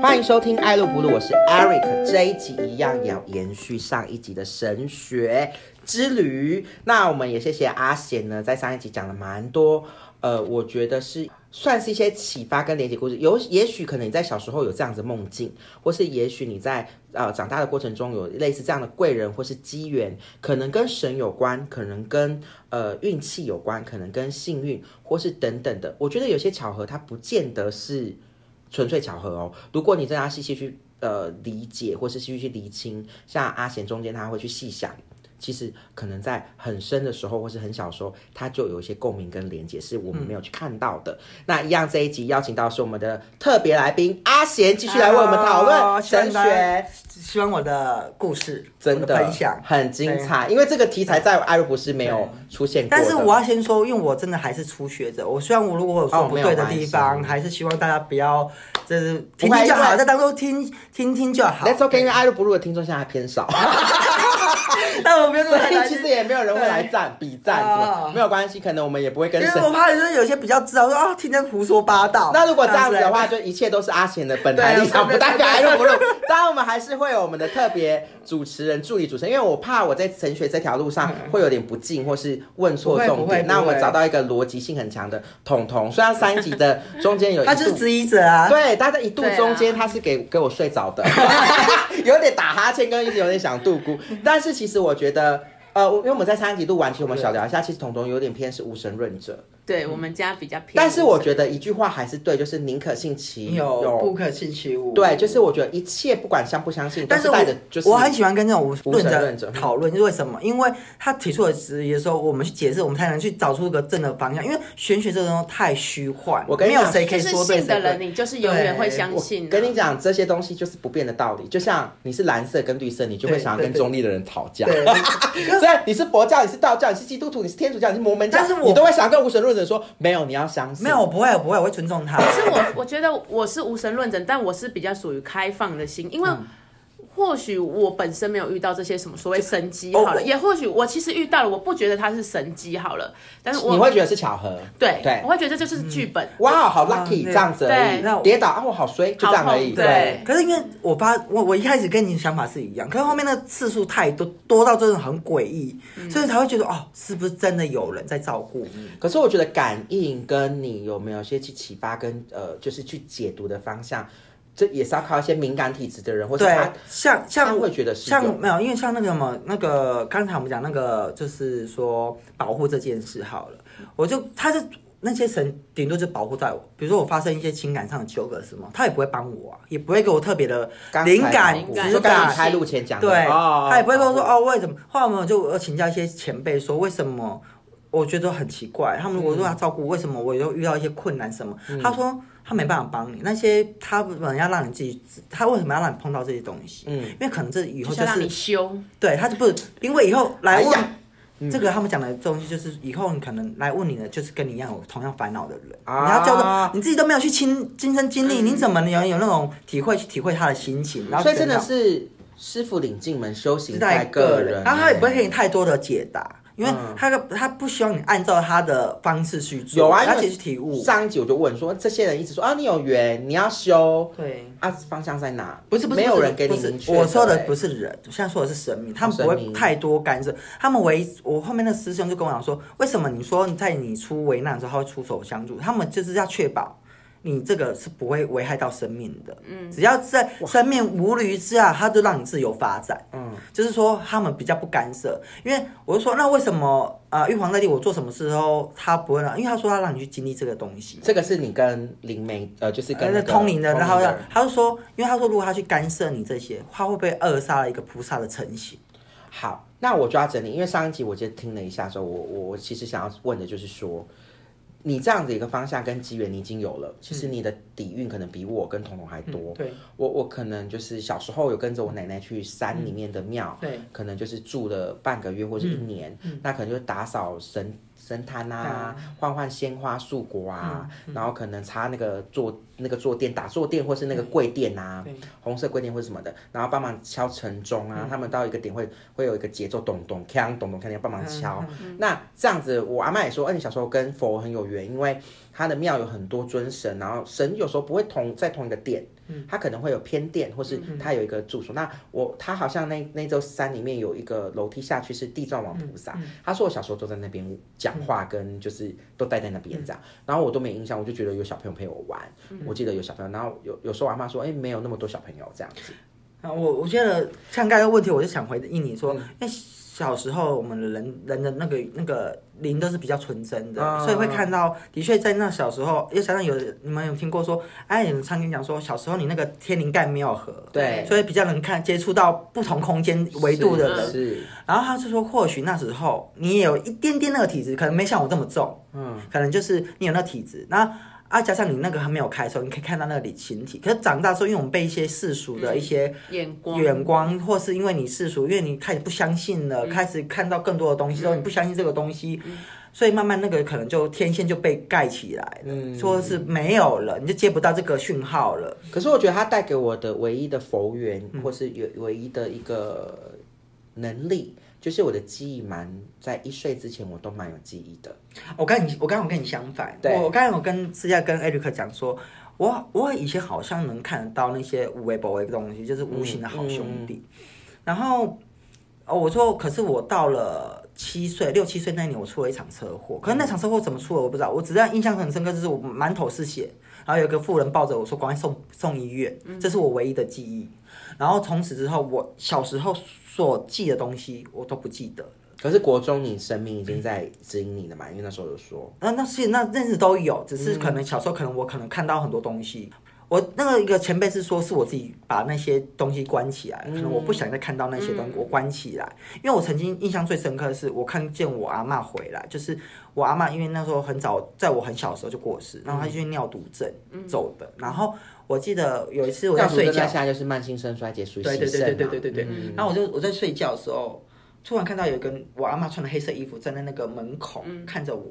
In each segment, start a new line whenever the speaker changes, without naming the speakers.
欢迎收听《爱路不路》，我是 Eric。这一集一样也要延续上一集的神学之旅。那我们也谢谢阿贤呢，在上一集讲了蛮多，呃，我觉得是算是一些启发跟连接故事。有也许可能你在小时候有这样子梦境，或是也许你在呃长大的过程中有类似这样的贵人或是机缘，可能跟神有关，可能跟呃运气有关，可能跟幸运或是等等的。我觉得有些巧合它不见得是。纯粹巧合哦。如果你真的要细细去呃理解，或是细细去厘清，像阿贤中间他会去细想，其实可能在很深的时候，或是很小的时候，他就有一些共鸣跟连接，是我们没有去看到
嗯
的。那一样这一集邀请到是我们的特别来宾阿贤，继续来为我们讨论
Hello，希望
神
大家
学，
希望我的故事
真
我
的
分享。
很精彩，因为这个题材在艾瑞博士没有出现过的。
但是我要先说，因为我真的还是初学者。我虽然我如果有
哦
说不对的地方，
没有关系
还是希望大家不要，就是
不
听
会
听就
因
好，
为
再当做听听听就好。
That's OK，因为艾瑞不入的听众现在还偏 少。
但我没有那么
所以
担
其
心
实也没有人会来赞比赞什么
哦，
没有关系，可能我们也不会跟
因
神
为我怕就是有些比较知道说啊，天天胡说八道。
那如果这样子的话，
这
就一切都是阿贤的本来
对
立场，
对
不
对
代表
对
艾
对
瑞不入。 当然，我们还是会有我们的特别主持人、助理主持人，因为我怕我在神学这条路上会有点不敬，或是问错重
嗯不会不
点。
会
那我们找到一个逻辑性很强的彤彤，虽然三集的中间有
样子
一
他就是
度。
质疑者啊。
对，大家一度
对啊
中间他是给给我睡着的， 有点打哈欠，跟一直有点想度 孤。但是其实我觉得，呃，我因为我们在上一集录完，其实我们小聊一下，其实彤彤有点偏是无神论者，
对我们家比较偏，
但是我觉得一句话还是对，就是宁可信其
嗯有不可信其无。
对，就是我觉得一切不管相不相信，
但
都
是
是带着就是
我很喜欢跟这种无
无神论
论
者嗯
者讨论，就是为什么？因为他提出的质疑的时候，我们去解释，我们才能去找出一个正的方向。因为玄学这个东西太虚幻，
我跟你
没
讲
有谁可
就
以
是
说对
信的
谁
人，
对。
你就是永远会相
我
信啊。
跟你讲，这些东西就是不变的道理。就像你是蓝色跟绿色，你就会
对
想要
对
跟
对
中立的人讨价。
对
虽然你是佛教，你是道教，你是基督徒，你是天主教，你是摩门教，
但是我
你都会想要跟无神论者说，没有，你要相信。
没有，我不会，我不会，我会尊重他。
可是我我觉得我是无神论者，但我是比较属于开放的心，因为
嗯
或许我本身没有遇到这些什么所谓神机好
哦
了，
我
也或许我其实遇到了，我不觉得它是神机好了，但是我
你会觉得是巧合。
对
对
我会觉得这就是剧本。
哇，好 lucky，
嗯
这样子而
对
已
那。我
跌倒啊，我好衰，就这样而已。
好痛对
可是因为我发我我一开始跟你想法是一样，可是后面那个次数太多，多到真的很诡异，
嗯
所以才会觉得哦，是不是真的有人在照顾你？
可是我觉得感应跟你有没有一些去启发跟呃，就是去解读的方向，这也是要靠一些敏感体质的人，或者
对
他，
像
他
像
会觉得是有
像没有，因为像那个什么，那个刚才我们讲那个，就是说保护这件事好了，我就他是那些神顶多就保护在我，比如说我发生一些情感上的纠葛什么，他也不会帮我啊，也不会给我特别的
刚才
灵感
我
感
说
直
刚刚你
感，
开录前讲的，
对，
哦
他也不会跟我说
哦
哦为什么，后来我们就呃请教一些前辈说为什么。我觉得很奇怪，他们如果说
嗯
他照顾，为什么我又遇到一些困难什么？他说他没办法帮你，那些他本来要让你自己，他为什么要让你碰到这些东西？
嗯
因为可能这以后
就是
就
要让
是
你修，
对，他就不，因为以后来问、
哎呀
这个他们讲的东西，就是以后你可能来问你的，就是跟你一样有同样烦恼的人，
啊嗯
你要叫做你自己都没有去亲亲身经历，你怎么能有有那种体会去体会他的心情？然后
所以真的
知道
是师傅领进门，修行
是
在
在
个
个
人。啊
人，然后他也不会给你太多的解答。因为
嗯
他、他不希望你按照他的方式去做，
有啊，因
而
为
且去体悟。
上一集我就问说，这些人一直说啊，你有缘，你要修
对，
啊，方向在哪？
不是不是，
没有
不是
人给你
不是
明确。
我说的
对
不是人，我现在说的是神明，他们
神
不会
明
太多干涉。他们唯一我后面的师兄就跟我讲说，为什么你说在你出危难的时候他会出手相助？他们就是要确保。你这个是不会危害到生命的，嗯，只要在生命无虞之下，他就让你自由发展，嗯，就是说他们比较不干涉，因为我就说那为什么呃玉皇大帝我做什么事后他不会让，因为他说他让你去经历这个东西，
这个是你跟灵媒呃，就是跟
那
那
个
个
通灵的，然
通
后
灵
要他就说，因为他说如果他去干涉你这些，他会被扼杀了一个菩萨的成型。
好，那我就要整理，因为上一集我就听了一下之后，我我我其实想要问的就是说，你这样子一个方向跟机缘你已经有了，其实你的底蕴可能比我跟彤彤还多。
嗯对
我我可能就是小时候有跟着我奶奶去山里面的庙，
嗯对，嗯
可能就是住了半个月或者一年，那可能就打扫神神坛啊，换换鲜花素果啊，
嗯
然后可能擦那个坐那个坐垫打坐垫，或是那个跪垫啊，红色跪垫或是什么的，然后帮忙敲晨钟
嗯
啊，他们到一个点会会有一个节奏，咚咚锵，咚咚锵，你要帮忙敲。那这样子，我阿妈也说，哎，你小时候跟佛很有缘，因为他的庙有很多尊神，然后神有时候不会同在同一个殿。他可能会有偏殿，或是他有一个住所。那我他好像那那座山里面有一个楼梯下去是地藏王菩萨，他说我小时候都在那边讲话，跟就是都待在那边这样，然后我都没印象，我就觉得有小朋友陪我玩，我记得有小朋友，然后有有时候我阿妈说，哎、没有那么多小朋友这样子，
啊，我我觉得嗯像刚才的问题，我就想回应你说，因为小时候我们人人的那个那个灵都是比较纯真的，
嗯
所以会看到，的确在那小时候，又加上有你们有听过说，哎，有人常跟你讲说，小时候你那个天灵盖没有合，
对
所以比较能看接触到不同空间维度的人。
是
然后他就说，或许那时候你也有一点点那个体质，可能没像我这么重，嗯，可能就是你有那体质，那啊加上你那个还没有开的时候，你可以看到那个理形体。可是长大之后，因为我们被一些世俗的一些
眼光，
眼光，或是因为你世俗，因为你开始不相信了，开
嗯
始看到更多的东西之后，你不相信这个东西，所以慢慢那个可能就天线就被盖起来了，说是没有了，你就接不到这个讯号了。
可是我觉得他带给我的唯一的佛缘，
嗯
或是有唯一的一个能力，就是我的记忆蛮在一岁之前我都蛮有记忆的，
我跟你，我刚好跟你相反，
对
我刚才有跟私下跟 Eric 讲说，我我以前好像能看得到那些无微不微的东西，就是无形的好兄弟。然后哦，我说，可是我到了七岁，六七岁那年，我出了一场车祸。可是那场车祸怎么出的我不知道，我只是印象很深刻，就是我满头是血，然后有一个妇人抱着我说赶快送送医院，这是我唯一的记忆。然后从此之后，我小时候所记的东西我都不记得。
可是国中你生命已经在指引你了
嗯
嘛，因为那时候有说。
那啊那是那认识都有，只是可能小时候可能我可能看到很多东西。我那个一个前辈是说，是我自己把那些东西关起来，可能我不想再看到那些东西，我关起来。因为我曾经印象最深刻的是，我看见我阿嬷回来，就是我阿嬷，因为那时候很早，在我很小的时候就过世，然后她就是尿毒症走的。然后我记得有一次我在
那
睡觉
现，在就是慢性肾衰竭，属于
对对
洗
对
肾
啊
对
嘛
对对对对。
嗯
然后我就我在睡觉的时候，突然看到有一个我阿妈穿的黑色衣服站在那个门口、
嗯
看着我，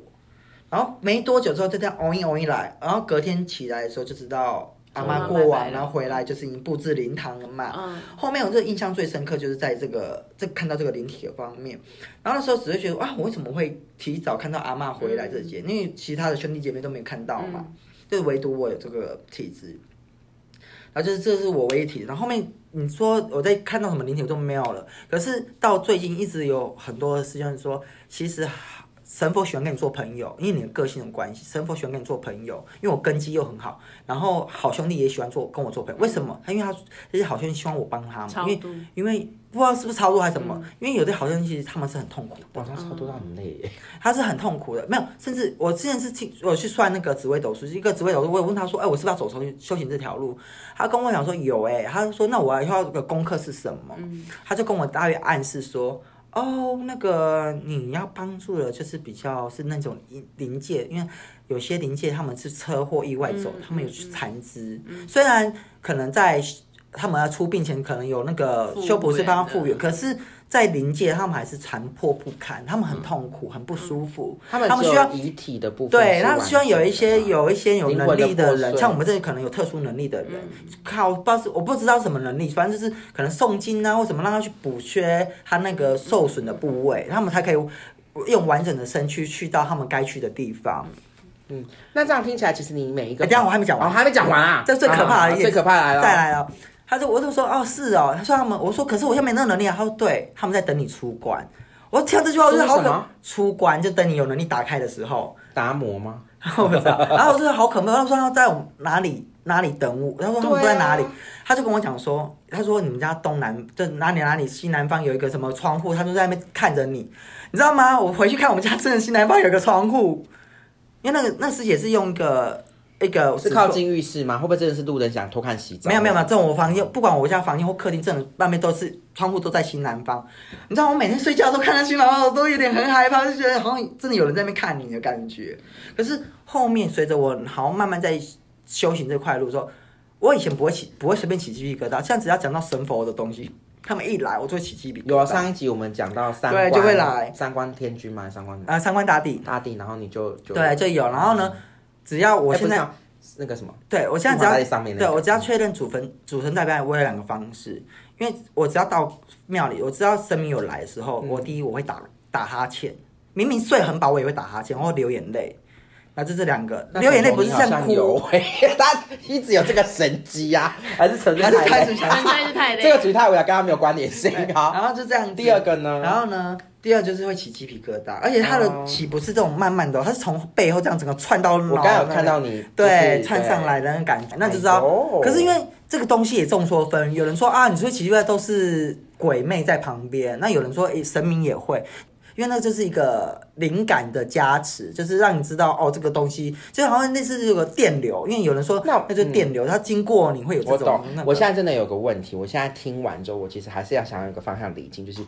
然后没多久之后就这样哦一哦一来，然后隔天起来的时候就知道阿妈过
妈妈来
完，
了
然后回来就是已经布置灵堂了嘛。
嗯，
后面我这印象最深刻就是在这个这看到这个灵体的方面，然后那时候只是觉得啊，我为什么会提早看到阿嬷回来这些？
嗯
因为其他的兄弟姐妹都没有看到嘛，就是唯独我有这个体质。然后就是这是我唯一体质，然后后面你说我在看到什么灵体我都没有了，可是到最近一直有很多的师兄说，其实神佛喜欢跟你做朋友，因为你的个性有关系，神佛喜欢跟你做朋友，因为我根基又很好，然后好兄弟也喜欢做跟我做朋友，为什么？他因为他这些好兄弟希望我帮他
超
们，因为
度
因为不知道是不是超度还是什么，因为有的好像其实他们是很痛苦的，
晚上超多到很累耶，
他是很痛苦的，没有，甚至我之前是听我去算那个紫微斗数，一个紫微斗数，我也问他说，哎，我是不是要走修修行这条路？他跟我讲说有、哎，他说那我要的功课是什么？
嗯
他就跟我大约暗示说。哦，那个你要帮助的，就是比较是那种临临界，因为有些临界他们是车祸意外走，
嗯
他们有残肢，虽然可能在他们要出殡前可能有那个
复
修补师帮他
原的
复原，可是，在临界他们还是残破不堪，他们很痛苦，很不舒
嗯
服，
他们
他们
只有
需要。
遗体的部分是完
对，
整的嘛，
他们哎希望有一些有一些有能力
灵魂的破
人，
碎嗯
像我们这里可能有特殊能力的人，靠，不知道是我不知道什么能力，反正就是可能诵经啊或什么，让他去补缺他那个受损的部位，他们才可以用完整的身躯去到他们该去的地方。
那这样听起来，其实你每一个，
哎等一下我还没讲完
哦还没讲完啊，
这最可怕的一
啊
点
最可怕来了，
再来了。他说，我就说，哦，是哦。他说他们，我说，可是我现在没那个能力啊。他说，对，他们在等你出关。我听到这句话，我就
出
好
什
可
么
出关，就等你有能力打开的时候。
达摩吗？
我不知道然后我就说好可怕。他说他在我们哪里哪里等我，他说他们都在哪里，
对啊
他就跟我讲说，他说你们家东南就哪里哪里西南方有一个什么窗户，他就在那边看着你，你知道吗？我回去看我们家真的西南方有一个窗户，因为那个那师姐是用一个一个
是靠近浴室吗？会不会真的是路人想偷看洗澡？
没有没有没有，这种我房间，不管我家房间或客厅，这种外面都是窗户都在西南方。你知道我每天睡觉都看到西南方，我都有点很害怕，就觉得好像真的有人在那边看你的感觉。可是后面随着我好像慢慢在修行这块路之后，我以前不会起不会随便起鸡皮疙瘩，现在只要讲到神佛的东西，他们一来我就会起鸡皮疙瘩。
有啊，上一集我们讲到三
对就会来
三观天君嘛，三观
呃三观打底，
大地，然后你就就
对，就有。然后呢，只要我
哎
现在、
不是那个什么，
对我现在只
立马
要
在上面那
对
个嗯
我只要确认祖坟祖坟代表，我有两个方式，因为我只要到庙里，我知道神明有来的时候，
嗯
我第一我会打打哈欠，明明睡很饱我也会打哈欠，或流眼泪。那就这两个，
那
流眼泪不是
小
像
童
哭
你好，有欸 他一直有这个神机啊呀，还是陈
还是开 始想
真的是太
这
累
个。主题太无聊，跟他没有关联性啊。
然后就这样子。
第二个呢
然后呢，第二就是会起鸡皮疙瘩，而且它
哦
的起不是这种慢慢的哦，它是从背后这样整个窜到
我刚
脑袋。
有看到你，
对，
就是
窜上来的那个感觉，那就知
哎
道
呦。
可是因为这个东西也众说纷纭，有人说啊，你说奇怪都是鬼魅在旁边，那有人说诶、神明也会。因为那就是一个灵感的加持，就是让你知道哦，这个东西就好像类似这个电流，因为有人说
那
那就是电流，它经过你会有这
我
种
懂。
那个。
我现在真的有个问题，我现在听完之后，我其实还是要想要有一个方向理清，就是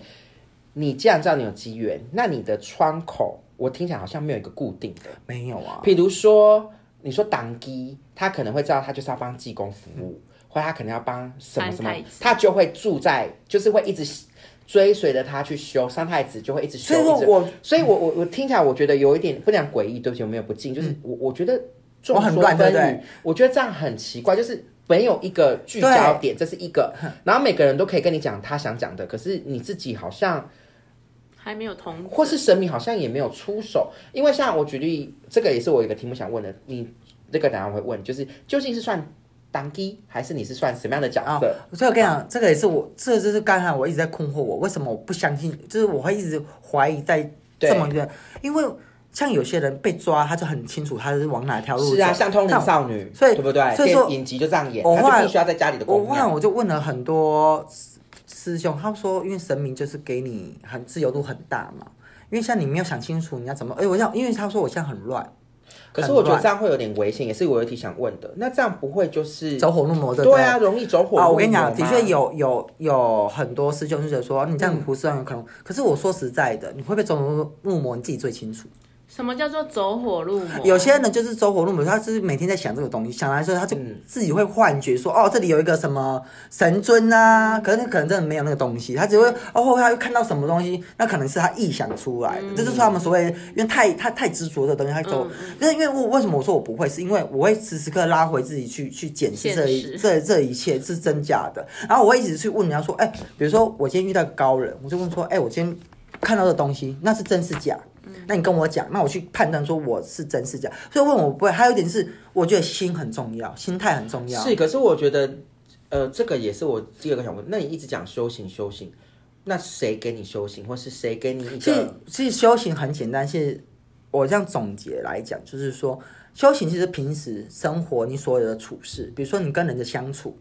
你既然知道你有机缘，那你的窗口，我听起来好像没有一个固定的。
没有啊，
比如说，你说党基，他可能会知道他就是要帮济公服务，或他可能要帮什么什么
三太子，
他就会住在，就是会一直追随着他去修。三太子就会一直修，
所以
一直
我
所以我我我听起来，我觉得有一点不讲诡异，对不起，我没有不敬，就是我我觉得众
嗯我很
说
乱
纷
对不
纭
对，
我觉得这样很奇怪，就是。没有一个聚焦点，这是一个，然后每个人都可以跟你讲他想讲的，可是你自己好像
还没有同，
或是神明好像也没有出手，因为像我举例，这个也是我一个题目想问的，你这个等一下我会问，就是究竟是算当机，还是你是算什么样的角
啊
色？，
所以我跟你讲，这个也是我，这就是刚才我一直在困惑我，为什么我不相信，就是我会一直怀疑在
对
这么一个，因为像有些人被抓，他就很清楚他是往哪条路走。
是啊，像通灵
但我
少女，
所以
对不对？
所以说
电影集就这样演，
我后
他
来
就必须要在家里的
我
供
后来
养。
我就问了很多师师兄，他说因为神明就是给你很自由度很大嘛，因为像你没有想清楚你要怎么，哎、我想，因为他说我现在很乱，
可是我觉得
很乱
这样会有点危险，也是我有一题想问的。那这样不会就是
走火入魔的。
对啊，容易走火入魔
啊，我跟你讲，的
吗
确。有有有很多师兄就觉得说哦你这样
嗯
胡思乱有可能，可是我说实在的，你会不会走火入魔，你自己最清楚。
什么叫做走火入魔？
有些人就是走火入魔，他是每天在想这个东西，想来之后他就
嗯
自己会幻觉说，哦，这里有一个什么神尊啊，可是可能真的没有那个东西，他只会哦，他又看到什么东西，那可能是他臆想出来
嗯
的，这就是他们所谓，因为太他太执着的东西，他走，就是因为我为什么我说我不会，是因为我会时时刻拉回自己去去检视这
现
一
实
这这一切是真假的，然后我会一直去问人家说，哎、比如说我今天遇到一个高人，我就问说，哎、我今天看到的东西，那是真是假？那你跟我讲，那我去判断说我是真是假。所以问我不会，还有一点是，我觉得心很重要，心态很重要。
是，可是我觉得，呃，这个也是我第二个想问。那你一直讲修行修行，那谁给你修行，或是谁给你一
其实
个？
其实修行很简单，是我这样总结来讲，就是说修行其实平时生活你所有的处事，比如说你跟人的相处，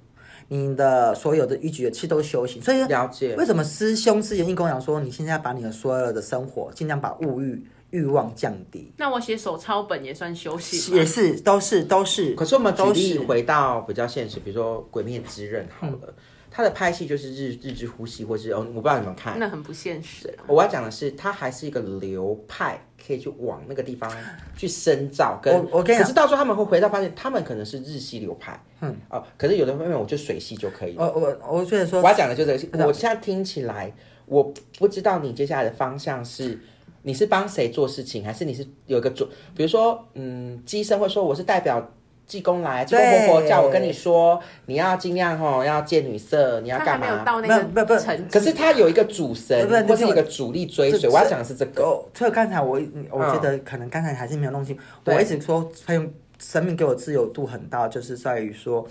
你的所有的一举一其实都是修行。所以
了解
为什么师兄之前一跟我讲说，你现在把你的所有的生活尽量把物欲欲望降低，
那我写手抄本也算休息吗
也是都是都是。
可是我们举
都
例
是
回到比较现实，比如说《鬼灭之刃》好
嗯
了，它的拍戏就是日日之呼吸，或是哦，我不知道你们看。
那很不现实啊。
我要讲的是，它还是一个流派，可以去往那个地方去深造。跟
我我跟你讲
可是到时候他们会回到发现，他们可能是日系流派，嗯哦，可是有的方面我就水系就可以了。
我我我觉得说
我要讲的就是，我现在听起来，我不知道你接下来的方向是。你是帮谁做事情，还是你是有一个主？比如说，嗯，机生会说我是代表济公来，济公
对
婆婆叫我跟你说，你要尽量吼，要见女色，你要
他
干
还没有
嘛？
到那
不不
个
不
成
可是他有一个主神
不是，你
或是
听
有
我
一个主力追
这
随。我要讲的是这个，
哦，所以刚才我我觉得可能刚才还是没有弄清，
嗯对
我一直说很神明给我自由度很大，就是在于说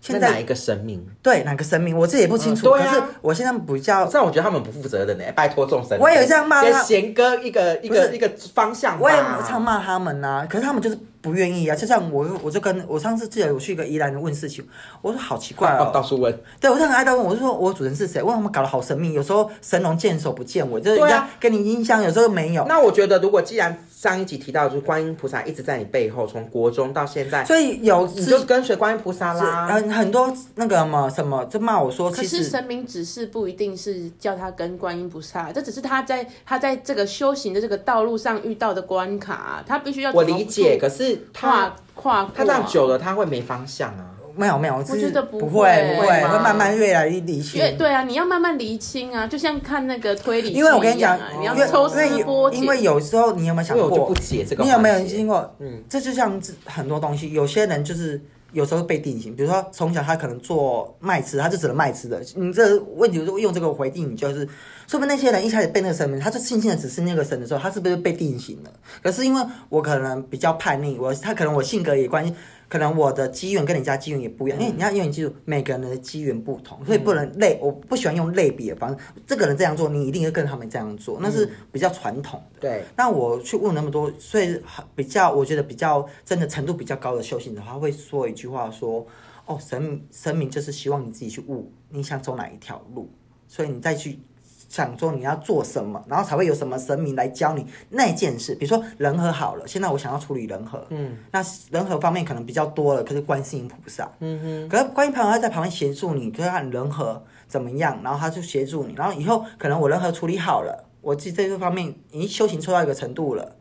是
现
哪
在
一个神明？
对哪个神明我自己也不清
嗯
楚，
对啊
可是我现在比较。
这样我觉得他们不负责任呢，欸拜托众神。
我也这样骂
给
他
贤哥一个一个
不是
一个方向吧。
我也常骂他们呐、可是他们就是不愿意啊。就像我，我就跟我上次记得我去一个宜兰的问事情，我说好奇怪
哦
哦，
到处问。
对，我是很爱到问，我就说我主人是谁？为什么搞得好神秘？有时候神龙见首不见尾，就是
对啊
人家给你印象，有时候没有。
那我觉得，如果既然上一集提到，就是观音菩萨一直在你背后，从国中到现在，
所以呃有
你就跟随观音菩萨啦。
很很多那个什么什么，就骂我说，
可
其
是
实
神明指示不一定是叫他跟观音菩萨，这只是他在他在这个修行的这个道路上遇到的关卡，他必须要
我
怎么
理解，
跨
可是他
跨跨过
他这样久了，他会没方向啊。
没有没有，我是
觉得不
不
会
不会，
吧
会慢慢越来越理性
因。为对啊，你要慢慢厘清啊，就像看那个推理、啊
因为我跟你讲，
你要
因为
抽丝
因为
剥
有
茧，
因为有时候你有没有想
所以我就
过
不，解这个环
你
节。
有没有经过？
嗯
嗯，这就像是很多东西，有些人就是有时候被定型，比如说从小他可能做卖吃，他就只能卖吃的。你这个问题如果用这个回定，你就是说明那些人一开始被那个神明，他就庆幸的只是那个神的时候，他是不是被定型了？可是因为我可能比较叛逆，我他可能我性格也关系。可能我的机缘跟人家机缘也不一样，因为你
嗯
要永远记住每个人的机缘不同，所以不能类，我不喜欢用类比的方式。这个人这样做，你一定要跟他们这样做，那
嗯
是比较传统的。
对，
那我去问那么多，所以很比较，我觉得比较真的程度比较高的修行者，他会说一句话说：“哦，神神明就是希望你自己去悟，你想走哪一条路，所以你再去想说你要做什么，然后才会有什么神明来教你那件事。比如说人和好了，现在我想要处理人和，嗯，那人和方面可能比较多了，可是观世音菩萨，嗯哼，可是观音菩萨在旁边协助你，可是看人和怎么样，然后他就协助你，然后以后可能我人和处理好了，我自己在这方面已经修行修到一个程度了。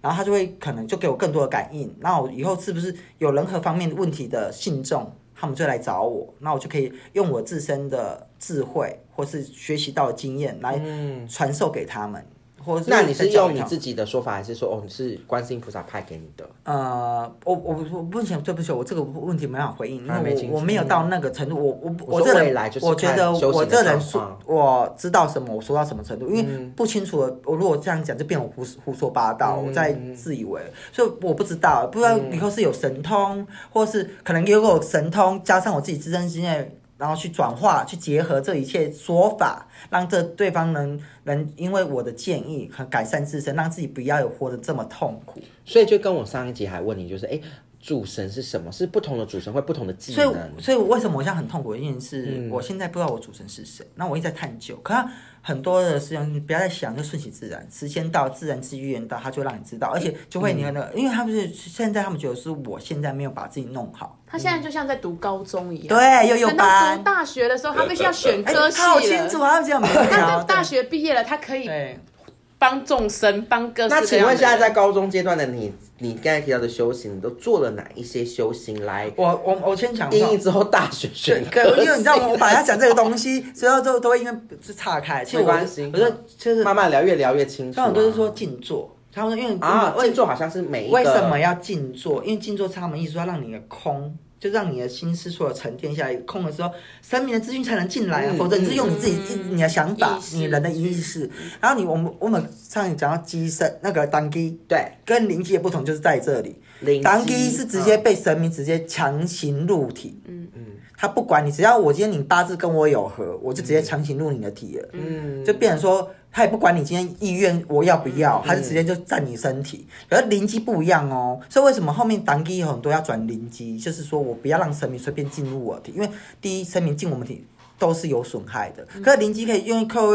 然后他就会可能就给我更多的感应，那我以后是不是有任何方面问题的信众，他们就来找我，那我就可以用我自身的智慧或是学习到的经验来传授给他们，或
嗯那你是用你自
己？
己的说法，还是说哦你是观世音菩萨派给你的？
呃，我我我目前对不起，我这个问题没办法回应，因
还没
为
清楚
我我没有到那个程度，我我
我
我
说
这
未
人
来就是
我觉
看
得
修行
我
的
这人
状
说
况嗯
我知道什么，我说到什么程度，因为不清楚的，我如果这样讲就变我胡胡说八道，我在
嗯
自以为，所以我不知道，不知道以后是有神通，或是可能有我神通加上我自己自身经验。然后去转化，去结合这一切说法，让这对方能能因为我的建议和改善自身，让自己不要有活得这么痛苦。
所以就跟我上一集还问你，就是哎，主神是什么？是不同的主神会不同的技
所以
能，，
所以我为什么我现在很痛苦的一件事，我现在不知道我主神是谁，那我一直在探究。可是很多的事情，你不要再想，就顺其自然，时间到，自然之预言到，他就会让你知道，而且就会你那个，因为他们是现在他们觉得是我现在没有把自己弄好，
他现在就像在读高中一样，
对，又啊有
等到读
班，
大学的时候，他必须要选
哎
科系
他好清楚
了。
啊，他们这样没有
他
聊
在大学毕业了，他 可以
对，
帮众生，帮各式各
那
样的
请问现在
人
在高中阶段的你，你刚才提到的修行，你都做了哪一些修行来
我我我先讲
应
到
应。之后大学
对
选，科
对，因为你知道，我把他讲这个东西，所以都都会因为是岔开，其实
没
我
关系
我就就是，
慢慢聊，越聊越清楚、
他
啊。
很多是说静坐，他们说因为
啊，
因为
静坐好像是每一个
为什么要静坐？因为静坐是他们意思说要让你的空，就让你的心思所有沉淀下来，空的时候，生命的资讯才能进来啊，
嗯
否则你是用你自己、一你的想法
意、识
你人的意识。
嗯
然后你我们我们上一讲到机身那个当机
对
跟灵机的不同就是在这里，
灵
当
机
机是直接被神明直接强行入体，嗯嗯，他不管你，只要我今天你八字跟我有合，我就直接强行入你的体了，嗯，就变成说他也不管你今天意愿我要不要，他就直接就占你身体。可是灵机不一样哦，所以为什么后面当机有很多要转灵机，就是说我不要让神明随便进入我的体，因为第一神明进我们体都是有损害的，可是灵机可以用透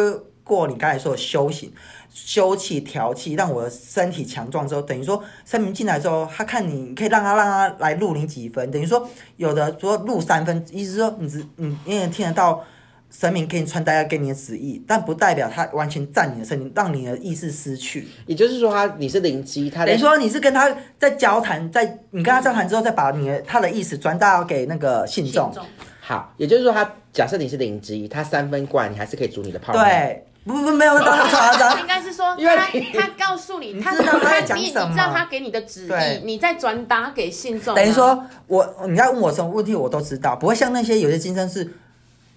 过你刚才说的修行。修气调气，让我的身体强壮之后，等于说生明进来之后，他看你，你可以让他让他来录你几分，等于说有的说录三分，意思是说你只你你也听得到神明给你传达给你的旨意，但不代表他完全占你的身体，让你的意识失去。
也就是说他你是灵机，他
等
在
于说你是跟他在交谈，在你跟他交谈之后，再把你的他的意思传达给那个信众。
信众
好，也就是说他假设你是灵机，他三分灌你还是可以煮你的泡面。
对，不不没有到他传达。
应该是说
因为
他
你
他告诉你，他
知道他在讲
你你知
什么
道他给你的旨
对
意，你再转达给信众啊，
等于说我你要问我什么问题，我都知道，不会像那些有些金生是，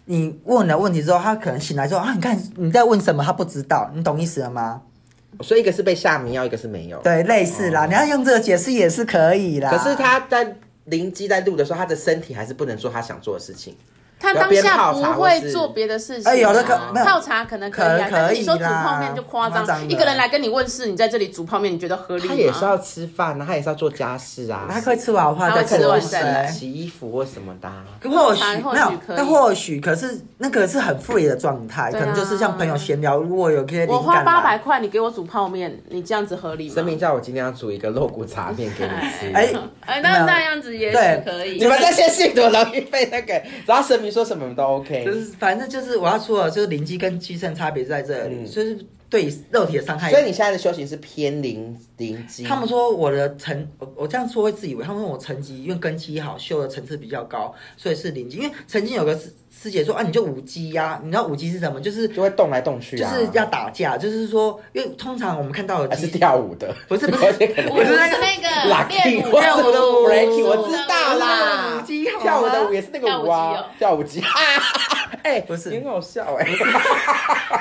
你问了问题之后，他可能醒来之后啊，你看你在问什么，他不知道，你懂意思了吗？
所以一个是被下迷药，一个是没有。
对，啊类似啦，你要用这个解释也是可以啦。
可是他在灵机在录的时候，他的身体还是不能做他想做的事情。
他当下不会做别的事情啊、
哎有的可没有
泡茶可能可以啊，
可
但是你说
可
煮
以啦
泡面就夸
夸张
张，
了
一个人来跟你问事，你在这里煮泡面，你觉得合理
他
吗？
也是要吃饭啊，他也是要做家事啊，
他可以吃完饭再
他会吃完
洗
再来
洗衣服或什么的啊、
或许
或
没
许
有
可，以
那或许可是那个是很 free 的状态，
对啊
可能就是像朋友闲聊，如果有一些
我
灵
花
感
八百
来，
块，你给我煮泡面，你这样子合理吗
神？明叫我今天要煮一个肉骨茶面给你吃。
哎
哎，那那样子也许
对
可以。
你们这些信徒容易被那个，然后神明说什么你们都
就
OK。
嗯
是反正就是我要说的，就是灵机跟机身差别在这里，就是。对肉体的伤害。
所以你现在的修行是偏零零基，
他们说我的层，我我这样说会自以为，他们说我层级因为根基好，修的层次比较高，所以是零级。因为曾经有个师师姐说啊，你就五级呀、你知道五级是什么？就是
就会动来动去
就
啊，
是要打架，就是说，因为通常我们看到的
还是
鸡
跳舞的，
不 是不是
有些可能
我是那
那
个
个
lucky
练 舞
或
的
是
舞
breaking，我知道啦
舞，姬好吗
跳舞的舞也是那个舞啊，跳舞机，哈哈哈哎，
哦不是
你很好笑哎，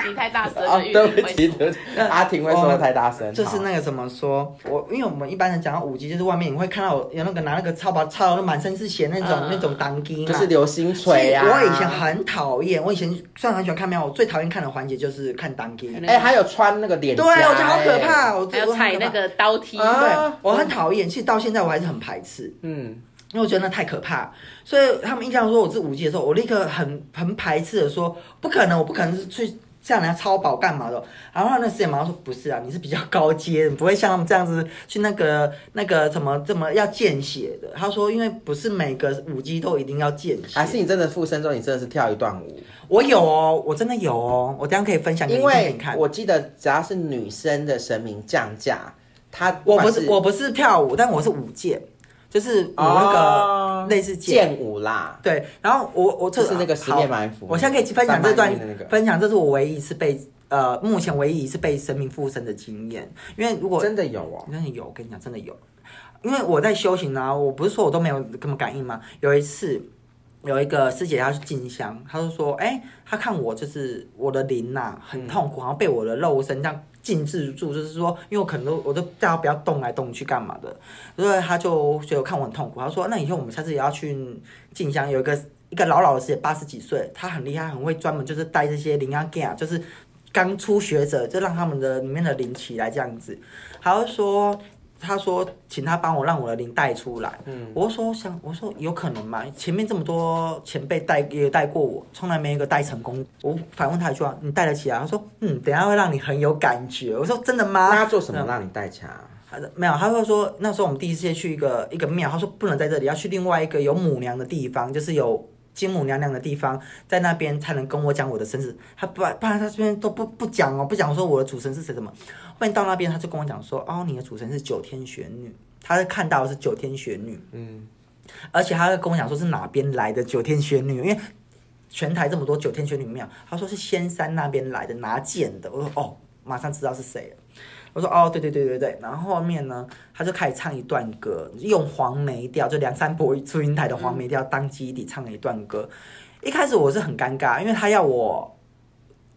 你太大 声
啊
哦
了，玉
对
林
不起，
会。
对不起，阿婷会说的太大声，
就是那个怎么说，我因为我们一般人讲到五 G，就是外面你会看到有有那个拿那个超把超满身是血那种、
嗯
那种当机
好
嘛。
就是流星锤啊，
所以我以前很讨厌，我以前虽然很喜欢看喵，我最讨厌看的环节就是看当机。
哎，还有穿那个脸
对，
颊，
我觉得好可
哎，
怕，哦我
还要踩那。个嗯刀梯，
我很可
啊
怕对，我很讨厌，其实到现在我还是很排斥。
嗯，
因为我觉得那太可怕，所以他们印象说我是五 G 的时候，我立刻很很排斥的说，不可能，我不可能是去像人家超保干嘛的。然后那师姐马上说，不是啊，你是比较高阶，你不会像他们这样子去那个那个怎么这么要见血的。他说，因为不是每个五 G 都一定要见血。
还是你真的附身之后，你真的是跳一段舞，
我有哦，我真的有哦，我等一下可以分享给
因
你给
为
你看。
我记得只要是女生的神明降价，她
我不
管
是我不是跳舞，但我是舞剑，就是舞那
哦
个类似剑。
剑舞啦，
对，然后我我这
就是那个十面埋伏
好我现在可以分享这
三
段
百年的那个，
分享这是我唯一一次被呃，目前唯一一次被神明附身的经验。因为如果
真的有哦，
真的有，我跟你讲，真的有。因为我在修行啊，我不是说我都没有跟他们感应吗？有一次，有一个师姐她去进香，她就说：“哎、她看我就是我的灵呐、很痛苦，好像被我的肉身这样禁制住，就是说，因为我可能都我都叫她不要动来动去干嘛的，所以她就觉得看我很痛苦。她说：那以后我们下次也要去进香，有一个一个老老的师姐，八十几岁，她很厉害，很会专门就是带这些灵啊 g 啊，就是刚初学者，就让他们的里面的灵起来这样子。还会说，他说请他帮我让我的灵带出来。嗯，我说想，我说有可能吗？前面这么多前辈带也带过我，从来没有一个带成功。我反问他一句话，你带得起来？他说，嗯，等一下会让你很有感觉。我说真的吗？
那她做什
嗯
么让你带啊卡？
他的没有，他会说那时候我们第一次去一个一个庙，他说不能在这里，要去另外一个有母娘的地方，就是有金母娘娘的地方，在那边才能跟我讲我的身世。他不然不然他这边都不不讲哦，不讲说我的主神是谁什么。后面到那边他就跟我讲说，哦，你的主神是九天玄女，他看到的是九天玄女，嗯，而且他会跟我讲说是哪边来的九天玄女，因为。全台这么多九天玄女庙，他说是仙山那边来的拿剑的，我说哦，马上知道是谁了。我说哦，对对对对对，然后后面呢，他就开始唱一段歌，用黄梅调，就梁山伯与祝英台的黄梅调当基底唱了一段歌。一开始我是很尴尬，因为他要我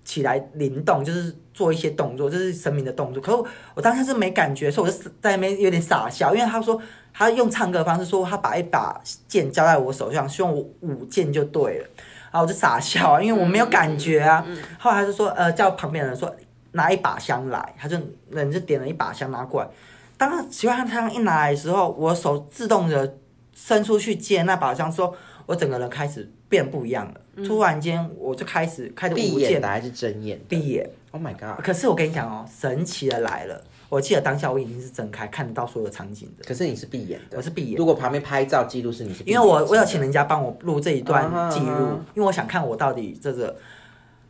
起来灵动，就是做一些动作，就是神明的动作。可是我我当下是没感觉，所以我就在那边有点傻笑，因为他说他用唱歌的方式说他把一把剑交在我手上，希望我舞剑就对了。然后我就傻笑啊，因为我没有感觉啊。后来他就说，呃，叫旁边的人说拿一把香来，他就人就点了一把香拿过来。当他奇怪他香一拿来的时候，我手自动的伸出去接那把香之后，我整个人开始变不一样了。突然间，我就开始开始
闭
舞
眼
剑
的还是睁眼的
闭眼。
？Oh my god！
可是我跟你讲哦，神奇的来了。我记得当下我眼睛是睁开，看得到所有的场景的。
可是你是闭眼的，
我是闭眼
如果旁边拍照记录是你是闭
因
眼
为
的，
我我有请人家帮我录这一段
啊哈
记录
啊哈
因为我想看我到底这个。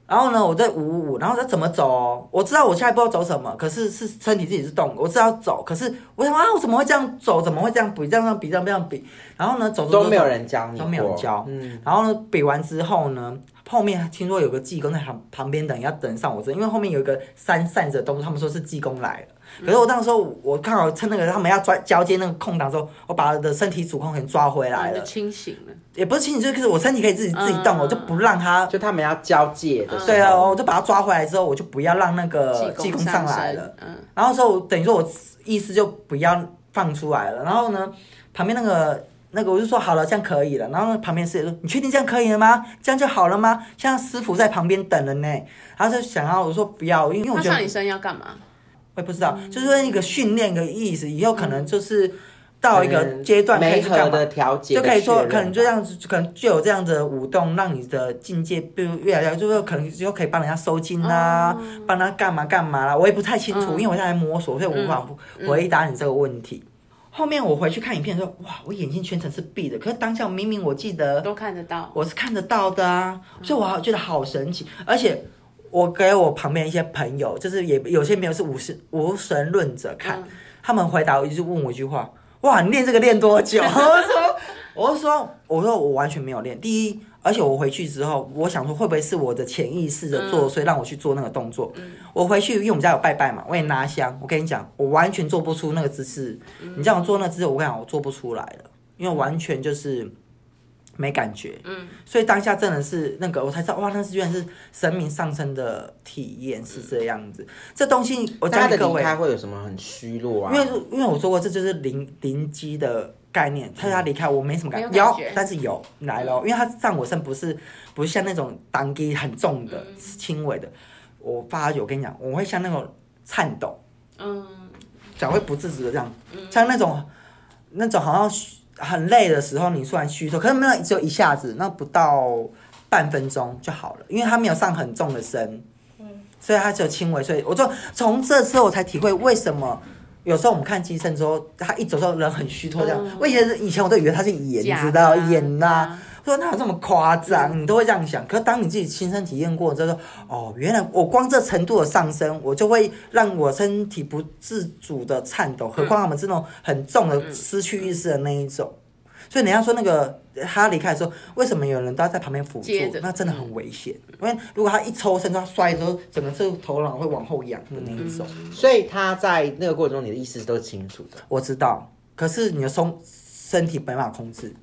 然后呢，我在舞舞舞，然后在怎么走哦、我知道我下一步要走什么，可是是身体自己是动，我知道要走，可是我想啊，我怎么会这样走？怎么会这样比？这样这样比？这样这样比？然后呢，走走走
都没有人教你，
都没有人教。
嗯，
然后呢，比完之后呢，后面听说有个济公在旁旁边等，要等上我这，因为后面有一个扇扇子的动作，他们说是济公来了。可是我那时候我刚好趁那个他们要抓交接那个空档之后，我把我的身体主控权抓回来
然后就
了，
清醒了，
也不是清理，就是我身体可以自己自己动，
嗯
我就不让他。
就他们要交界的时候，
对啊，我就把他抓回来之后，我就不要让那个济
济
公
公
呃上
上
来
身
了。，
嗯，
然后之后等于说我意思就不要放出来了。然后呢，旁边那个那个我就说好了，这样可以了。然后旁边师姐说：“你确定这样可以了吗？这样就好了吗？”像师傅在旁边等了呢，然后就想要我说不要，因为我
他
觉得
上你身要干嘛？
我也不知道，就是说一个训练一个意思，以后可能就是到一个阶段可以
没
去干
和
嘛
嗯的调节
就
的
可以做，
确认啊
可能就这样子，可能就有这样的舞动，让你的境界比如越来越，就是可能就可以帮人家收金啦、帮、他干嘛干嘛啦，我也不太清楚，因为我现在还摸索，所以我无法回答你这个问题。后面我回去看影片的时候，哇，我眼睛全程是闭的，可是当下明明我记得
都看得到，
我是看得到的啊，所以我好觉得好神奇，而且我给我旁边一些朋友，就是也有些没有是无神无神论者看，他们回答我就是问我一句话：哇，你练这个练多久？ 我说，我就说，我说我完全没有练。第一，而且我回去之后，我想说会不会是我的潜意识的作祟，让我去做那个动作？
嗯
我回去，因为我们家有拜拜嘛，我也拿香。我跟你讲，我完全做不出那个姿势。
嗯
你叫我做那个姿势，我跟你讲，我做不出来了，因为完全就是。没感觉，嗯，所以当下真的是那个，我才知道哇，那是居然是神明上身的体验是这样子。这东西我
那他
教
的
给各
离
位，
开会有什么很虚弱啊？
因为因为我说过，这就是灵灵机的概念。他要离开，我没什么感
没有
有
感觉嗯
但是有来了哦，因为他上我身不是不是像那种当机很重的，
嗯
是轻微的。我发觉，我跟你讲，我会像那种颤抖，
嗯，
脚会不自主的这样，像那种那种好像虚很累的时候，你突然虚脱，可是没有只有一下子，那不到半分钟就好了，因为他没有上很重的身，
嗯
所以他只有轻微，所以我就从这次我才体会为什么。有时候我们看《寄生》之后，他一走之后人很虚脱，这样。
嗯
我以前是以前我都以为他是演，你
假
知
的
道
啊
演呐、
啊
说哪有这么夸张？你都会这样想。可是当你自己亲身体验过之后，哦，原来我光这程度的上升，我就会让我身体不自主的颤抖，何况我们是那种很重的失去意识的那一种。所以人家说那个他离开的时候，为什么有人都要在旁边辅助
接着？
那真的很危险，因为如果他一抽身，他摔的时候，整个这个头脑会往后仰的那一种。
所以他在那个过程中，你的意识都是清楚的。
我知道，可是你的松身体没办法控制，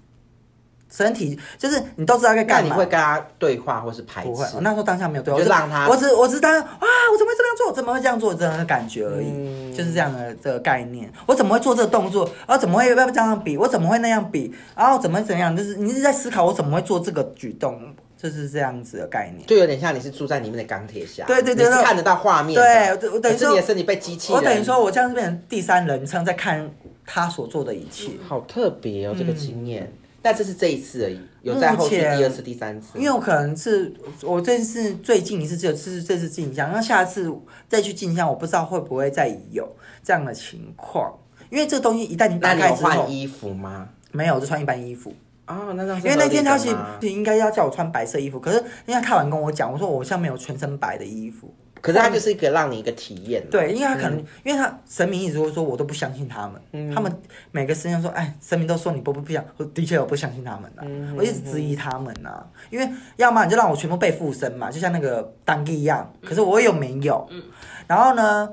身体就是你都知道该
那
干
你
嘛
会。跟他对话或是排
不会，我
斥？
那时候当下没有
你
对我
就
只
让他
我只我只当啊，我怎么会这样做？我怎么会这样做？这样的感觉而已，
嗯
就是这样的这个概念。我怎么会做这个动作？啊，怎么会要这样比？我怎么会那样比？然后怎么会怎样？就是你一直在思考我怎么会做这个举动，就是这样子的概念。
就有点像你是住在里面的钢铁侠，
对对对
你是
对
看得到画面的，
对我我等于
可是
说
你的身体被机器人，
我等于说，我这样子变成第三人称在看他所做的一切。
好特别哦，这个经
嗯
验。但这是这一次而已，有在后续
目前
第二次、第三次，
因为我可能是我这次最近一次只有是这次进香，那下次再去进香，我不知道会不会再有这样的情况。因为这个东西一旦你
那
打
你
开
有
之后
换，衣服吗？
没有，我就穿一般衣服。
哦，那让
因为那天他其实应该要叫我穿白色衣服，可是因为他看完跟我讲，我说我像没有全身白的衣服。
可是他就是一个让你一个体验啊嘛，
对，因为他可能，因为他神明一直会说，我都不相信他们。他们每个神明说，哎，神明都说你不不不相，我的确我不相信他们呐、我一直质疑他们呐、因为要么你就让我全部被附身嘛，就像那个当地一样，可是我又没有。然后呢，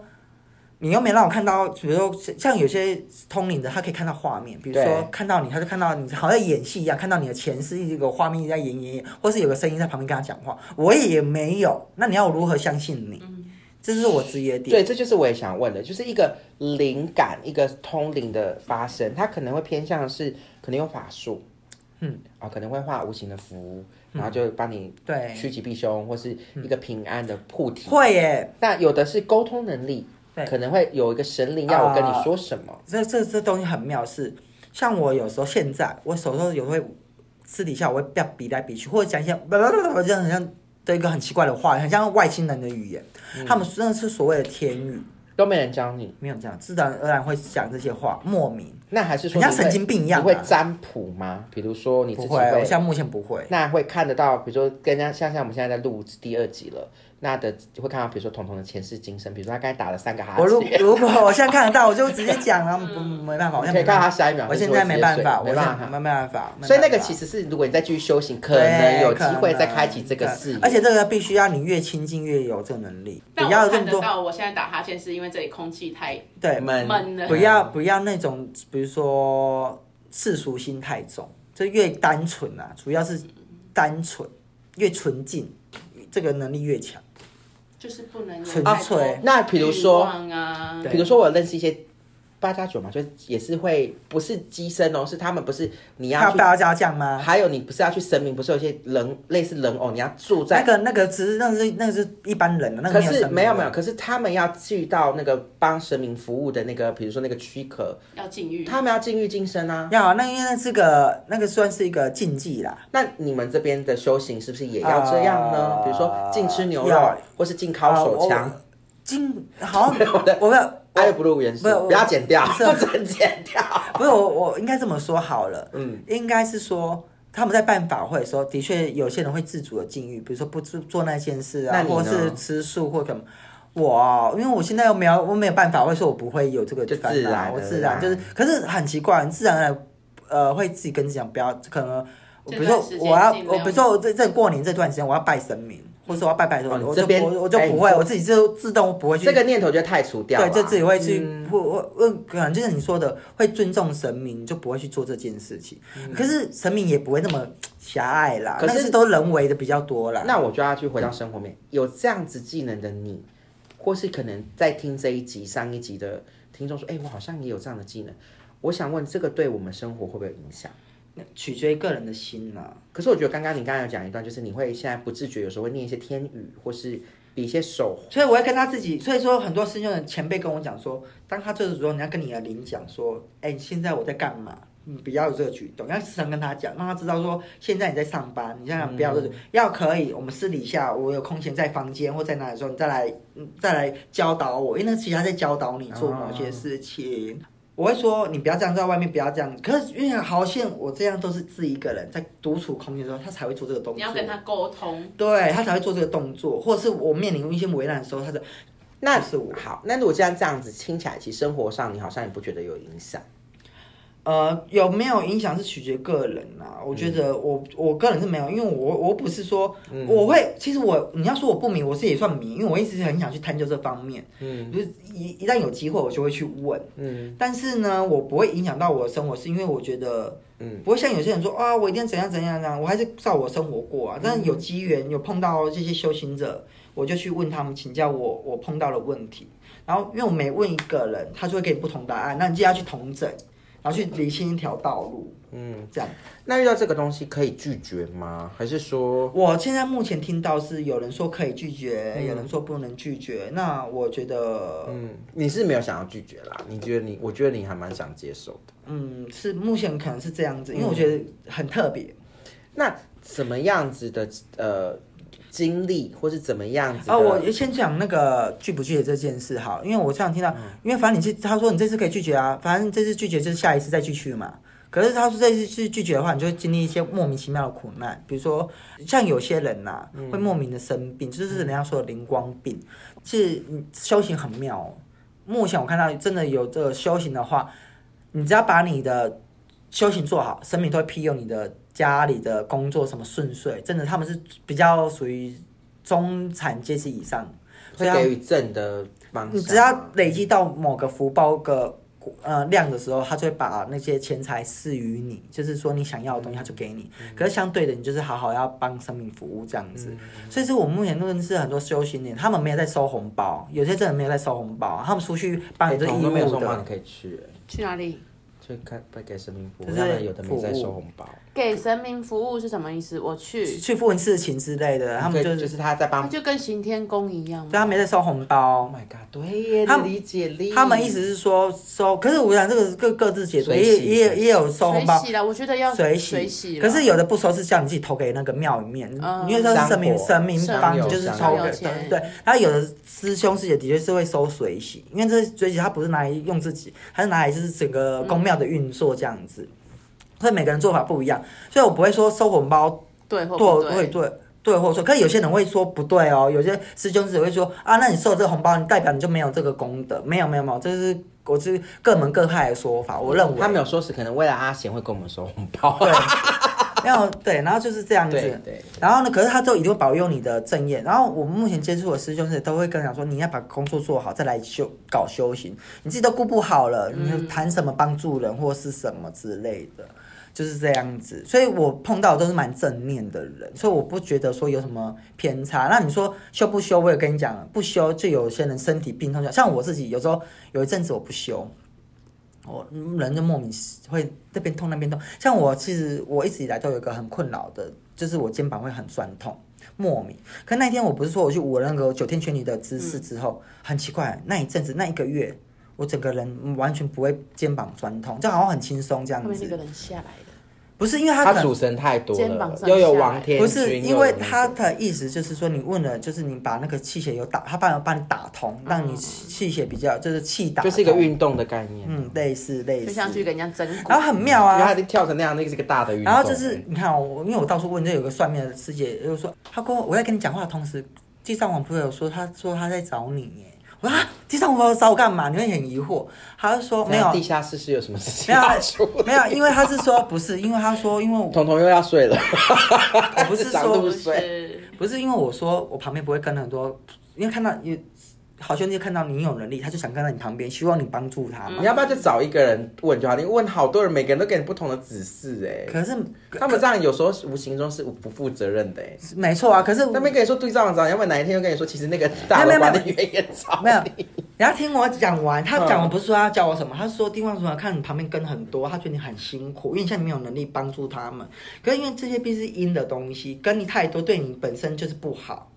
你又没让我看到，比如说像像有些通灵的，他可以看到画面，比如
对
说看到你，他就看到你好像演戏一样，看到你的前世一个画面一直在演演演，或是有个声音在旁边跟他讲话，我也没有，那你要我如何相信你？这是我职业点。
对，这就是我也想问的，就是一个灵感，一个通灵的发生，它可能会偏向是可能用法术，嗯，啊、可能会画无形的符，
嗯
然后就帮你
对
趋吉避凶，或是
嗯
一个平安的护体。
会耶，
那有的是沟通能力，
对啊
可能会有一个神灵要我跟你说什么，
这这这东西很妙是，像我有时候现在，我手头有时候会私底下我会比较比来比去，或者讲一些不不不不，这样很像的一个很奇怪的话，很像外星人的语言，
嗯
他们真的是所谓的天语，
都没人教你，
没有这样，自然而然会讲这些话，莫名。
那还是说
很像
你会
神经病一样啊
你会占卜吗？比如说你自
不
己
会，我现在目前不会。
那会看得到，比如说跟人家像像我们现在在录第二集了，那的会看到，比如说彤彤的前世今生，比如说他刚才打了三个哈欠，
我如如果我现在看得到，我就直接讲了，不没办法，我
你 可以
现在没
看
办
到他
法
下一秒
我
会
现
做
在
一些
没办
水
法，我
没
现
办
在
法。
没办法。
所以那
没
个
办法
其实是，如果你再继续修行，可
对
能有机
可
会
能
再开启这个视野。
而且这个必须要你越亲近越有这个能力，
啊但
不
我
要这
看
么
得
多
到，我现在打哈欠是因为这里空气太
对，
闷
闷了
不要不要那种比如说世俗心太重，就越单纯啊，主要是单纯，越纯净，这个能力越强。
就是不能有
纯
太
粹
多
那比如说
欲望啊，
对
比如说我认识一些八加九嘛，就也是会不是机身哦，是他们不是你
还
要
有
去，
芭蕉酱吗？
还有你不是要去神明，不是有些人类似人偶，哦你要住
那
在。
个那个只是那个是那个是一般人的，啊那个
可
没有
是
神明
没有
的
没有，可是他们要去到那个帮神明服务的那个，比如说那个躯壳，
要禁欲。
他们要禁欲禁身啊。
要啊那因为那是个那个算是一个禁忌啦，
那你们这边的修行是不是也要这样呢？
啊
比如说禁吃牛肉
要，
或是禁烤手枪。
啊禁好 像我没有
爱不录原始，
不是我
不要 剪掉，
不是
不准剪掉。
不是我，我应该这么说好了，
嗯
嗯，应该是说他们在办法会的时候，的确有些人会自主的禁欲，比如说不做做那件事
那
啊，
你呢
或是吃素或什么。我因为我现在又没有我没有办法，会说我不会有这个
就
烦恼
自然而
我自
然
然就是，可是很奇怪，你自然而然呃会自己跟自己讲不要，可能比如
这段
说
时间
我要
已经没
我
有
比如说我这这过年这段时间我要拜神明，或者我要拜拜的时候，
哦你
我
这
就
边
不我我就
哎
不会，
你这
我自己就自动不会去
这个念头就太除掉了，
对，就自己会去不我我可能就是你说的会尊重神明，就不会去做这件事情。可是神明也不会那么狭隘啦，
可是
但嗯是都人为的比较多啦。
那我就要去回到生活面，有这样子技能的你，或是可能在听这一集、上一集的听众说，哎、我好像也有这样的技能，我想问这个对我们生活会不会有影响？
取决于个人的心啦。
可是我觉得刚刚你刚刚有讲一段，就是你会现在不自觉有时候会念一些天语，或是比一些手
所以我会跟他自己，所以说很多师兄的前辈跟我讲说，当他这个时候，你要跟你的灵讲说，哎、现在我在干嘛？你不要有这个举动，要时常跟他讲，让他知道说现在你在上班，你现在不要这种、要可以，我们私底下我有空闲在房间或在哪里的时候，你再来嗯再来教导我，因为那其实他在教导你做某些事情。我会说你不要这样，在外面不要这样。可是因为好像我这样都是自己一个人在独处空间的时候，他才会做这个动作。
你要跟他沟通，
对他才会做这个动作，或者是我面临一些危难的时候，他就
那
不是我
好，那如果这样这样子听起来，其实生活上你好像也不觉得有影响。
呃有没有影响是取决个人啊。我觉
嗯
得我、我个人是没有，因为我我不是说、我会，其实我你要说我不迷，我是也算迷，因为我一直是很想去探究这方面，
嗯
就是一一旦有机会我就会去问。
嗯
但是呢，我不会影响到我的生活，是因为我觉得，
嗯
嗯，不会像有些人说啊，我一定要怎样怎样怎样，我还是照我生活过啊。
嗯
但是有机缘，有碰到这些修行者，我就去问他们请教我我碰到的问题。然后，因为我每问一个人，他就会给你不同答案，那你就要去同整，然后去理清一条道路。
嗯，
这样，
那遇到这个东西可以拒绝吗？还是说
我现在目前听到是有人说可以拒绝，有人说不能拒绝。那我觉得，
嗯，你是没有想要拒绝啦？你觉得你，我觉得你还蛮想接受的。
嗯，是目前可能是这样子，
嗯
因为我觉得很特别。
那怎么样子的呃经历，或是怎么样子的？
啊，我先讲那个拒不拒绝这件事好了，因为我上次听到，
嗯
因为反正你是他说你这次可以拒绝啊，反正这次拒绝就是下一次再继续嘛。可是他说这次拒拒绝的话，你就会经历一些莫名其妙的苦难，比如说像有些人呐、
嗯
会莫名的生病，就是人家说的灵光病，是你修行很妙、哦。目前我看到真的有这个修行的话，你只要把你的修行做好，神明都会庇佑你的家里的工作什么顺遂，真的他们是比较属于中产阶级以上，
会
所以他
给予正的方向吗
你只要累积到某个福报个呃量的时候，他就会把那些钱财赐予你，就是说你想要的东西他就给你。
嗯
可是相对的，你就是好好要帮生命服务这样子。
嗯
所以说我目前认识很多修行人，他们没有在收红包，有些真的没有在收红包，他们出去帮
哎
你这
同
义
都没有
务
送包，你
的。
可以去、哎
去哪里？
就看不给神明服务，
就是
他们有的没在
服务
收红包，
给神明服务是什么意思？我去，
去问事情之类的，他们
就
就是，
就是是他在
那
帮。
就跟行天宫一样吗
对，他啊没在收红包
Oh，my god！对耶，
他
你理解力。
他们意思是说收，可是我想这个各各自解读，
随
也
喜
也也有收红包
水，洗了，我觉得要
水洗，
水洗啦。
可是有的不收是叫你自己投给那个庙里面，
嗯
因为它是神明
香
神
火
明
香
帮
油，
就是
香
投
油
给
钱
对。然后有的师兄师姐的确是会收水洗，因为这水洗它不是拿来用自己，它是拿来就是整个宫庙的运作这样子。
嗯
所以每个人做法不一样，所以我不会说收红包
对
对
或不
对
对？
对对或错，可是有些人会说不对哦，有些师兄师姐会说啊，那你收了这个红包，你代表你就没有这个功德，没有没有没有，这是我是各门各派的说法，我认为
他没有说是可能为了阿贤会跟我们收红包。
没有对，然后就是这样子，
对对，
然后呢，可是他都一定会保佑你的正业。然后我们目前接触的师兄师姐都会跟我讲说，你要把工作做好，再来修搞修行。你自己都顾不好了，你谈什么帮助人或是什么之类的，就是这样子。所以我碰到的都是蛮正念的人，所以我不觉得说有什么偏差。那你说修不修？我也跟你讲，不修就有些人身体病痛，像我自己有时候有一阵子我不修。我嗯人就莫名会这边痛那边痛，像我其实我一直以来都有一个很困扰的，就是我肩膀会很酸痛，莫名。可那天我不是说我去舞了那个九天玄女的姿势
嗯
之后，很奇怪，那一阵子那一个月，我整个人完全不会肩膀酸痛，就好像很轻松这样
后面那
子
个。人下来的，
不是因为他
他
可能
主神太多
肩膀
了，
上
又有
下
王
来
天君，
不是，因为他
他
的意思就是说，你问了，就是你把那个气血有打，他帮帮你打通，让
哦
你气血比较就是气打，
就是一个，运动的概念，
嗯，类似类
就
似，
像去跟人家争
然
骨，
后很妙
因为他
啊
已。经跳成那样，那个是一个大的运动。嗯
然后就是你看哦我，因为我到处问，这有个算命的师姐就说，她跟我我在跟你讲话的同时，地上王婆有说，她说她在找你耶。我说啊，地上王婆找我干嘛？你会很疑惑。她就说没有
那地下室是有什么事情
没有啊
要出？
没有，因为她是说不是，因为她说因 为我
彤彤又要睡了，
我不是
长
说
肚子
是
不是因为我说我旁边不会跟很多，因为看到有好兄弟看到你有能力，他就想跟在你旁边，希望你帮助他嘛。
你要不要就找一个人问就好？你问好多人，每个人都给你不同的指示、哎，
可是
他们这样有时候是无形中是不负责任的、哎。
没错啊，可是
那边跟你说对照长，要不然哪一天又跟你说，其实那个大楼
没有没有
管
没有
理员也找
没有
你，
你要听我讲完，他
嗯
讲完不是说他教我什么，他说地方什么看你旁边跟很多，他觉得你很辛苦，因为你现在没有能力帮助他们。可是因为这些毕竟是阴的东西，跟你太多，对你本身就是不好。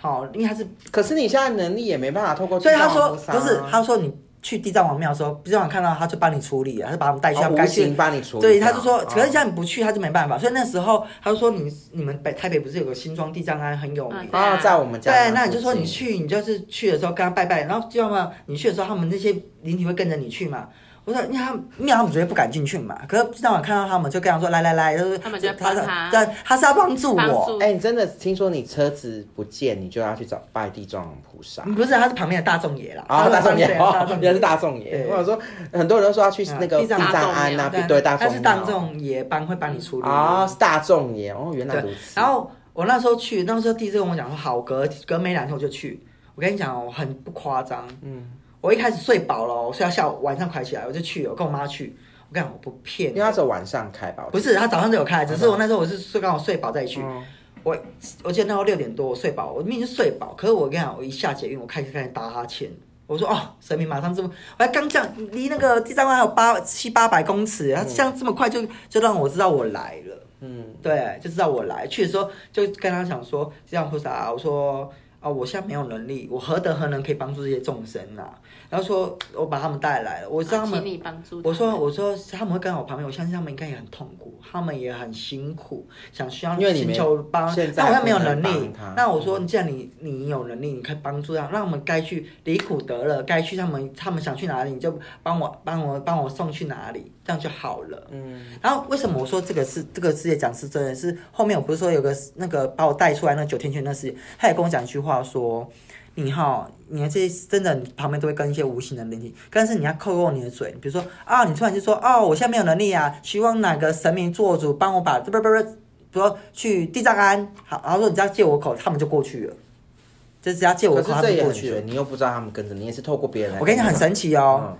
好，因为他是，
可是你现在能力也没办法透过
所
对
以
照
他
网
说
络杀啊，
不是，他说你去地藏王庙的时候，地藏王看到他就帮你处理啊了，他就把我们带去他
哦
们
无
该去
形帮你处理掉，
对，他就说，可是
哦
像你不去，他就没办法。所以那时候他就说你，你们北台北不是有个新庄地藏庵很有名？
嗯
啊，在我们家附
对
近，，
那你就说你去，你就是去的时候跟他拜拜，然后知道吗？你去的时候，他们那些灵体会跟着你去嘛。我说，因为他们庙他们绝对不敢进去嘛。可是知道我看到他们，就跟他说来来来，就是
他们就会
他
帮
他
他
对，他是要帮助
帮
我，
助
哎、你真的听说你车子不见，你就要去找拜地藏王菩萨。
不是，他是旁边的大众爷啦。
啊、
他是
大众爷，
嗯大
哦
众
也
爷
是大众爷。
对
我想说，很多人都说要去那个
嗯
地
地藏
藏
大众
庵
爷
啊，
对
一堆大
他
众
是大众爷帮会帮你处理
啊，是大众爷哦，原来如
对
此，。
然后我那时候去，那时候第一次跟我讲说好，隔隔没两天我就去。我跟你讲哦，我很不夸张，嗯，我一开始睡饱了哦，我睡到下午晚上才起来，我就去了，我跟我妈去。我跟你讲，我不骗
因
你
为，他是晚上开吧？我
不是他早上就有
嗯
开，只是我那时候我是睡刚好睡饱再去。我我记得那时候六点多我睡饱，我明明就睡饱，可是我跟你讲，我一下捷运我开始开始打哈欠。我说哦，神明马上这么，我还刚这样离那个第三关还有八七八百公
嗯
尺，他这样这么快就就让我知道我来了。
嗯，
对，就知道我来去的时候，就跟他讲说，这样菩萨、啊，我说啊，我现在没有能力，我何德何能可以帮助这些众生呐、然后说，我把他们带来了，我知道他
啊请
们，
你帮助他
我
们。
说我说他们会跟在我旁边，我相信他们应该也很痛苦，他们也很辛苦，想需要
因为你
寻
没
求帮，
现在
但我又没有
不
能
能
力
帮他。嗯
那我说，既然你你有能力，你可以帮助他，让我们该去离苦得乐，该去他们他们想去哪里，你就帮我帮我帮我送去哪里，这样就好了。
嗯
然后为什么我说这个是这个师姐讲是真的？是后面我不是说有个那个把我带出来那个九天玄那师姐，她也跟我讲一句话说：“你哈，你的这些真的你旁边都会跟一些无形的灵体，但是你要扣过你的嘴，比如说啊，你突然就说哦，我现在没有能力啊，希望哪个神明做主帮我把不不不，比如说去地藏庵，好，然后说你只要借我口，他们就过去了，就只要借我
可
口，
是
他
这
们
也
就过
很
去了
悬，。你又不知道他们跟着你，也是透过别人来。
我跟你讲很神奇哦。
嗯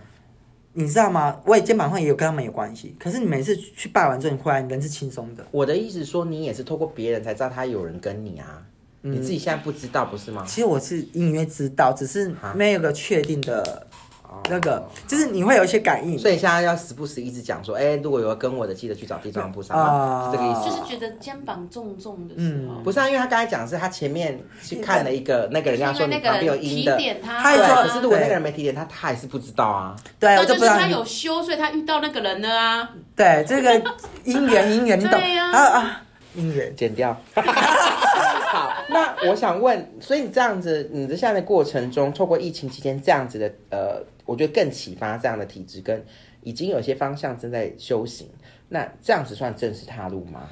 你知道吗？我也肩膀上也有跟他们有关系，可是你每次去拜完之后，你回来你人是轻松的。
我的意思说，你也是透过别人才知道他有人跟你啊，
嗯
你自己现在不知道不是吗？
其实我是隐约知道，只是没有个确定的那个，就是你会有一些感应。
所以现在要时不时一直讲说，哎、如果有跟我的，记得去找地藏王菩萨
啊
嘛，是这个意思吗。
就是觉得肩膀重重的时候，
哦不是啊，因为他刚才讲的是他前面去看了一个那个人
因
家说
为
你
那
旁
个
边有
人提
阴的，
点他，
他
对
就说
啊
可是如果那个人没提点他，他还是不知道啊。
对，我
那
就
就
不知
是
道
他
你
有修，所以他遇到那个人了啊。
对 这个姻缘姻缘，你懂
对呀
啊啊姻缘。
剪掉。好，那我想问，所以你这样子，你的现在的过程中，透过疫情期间这样子的，呃，我觉得更启发这样的体质，跟已经有些方向正在修行，那这样子算正式踏入吗？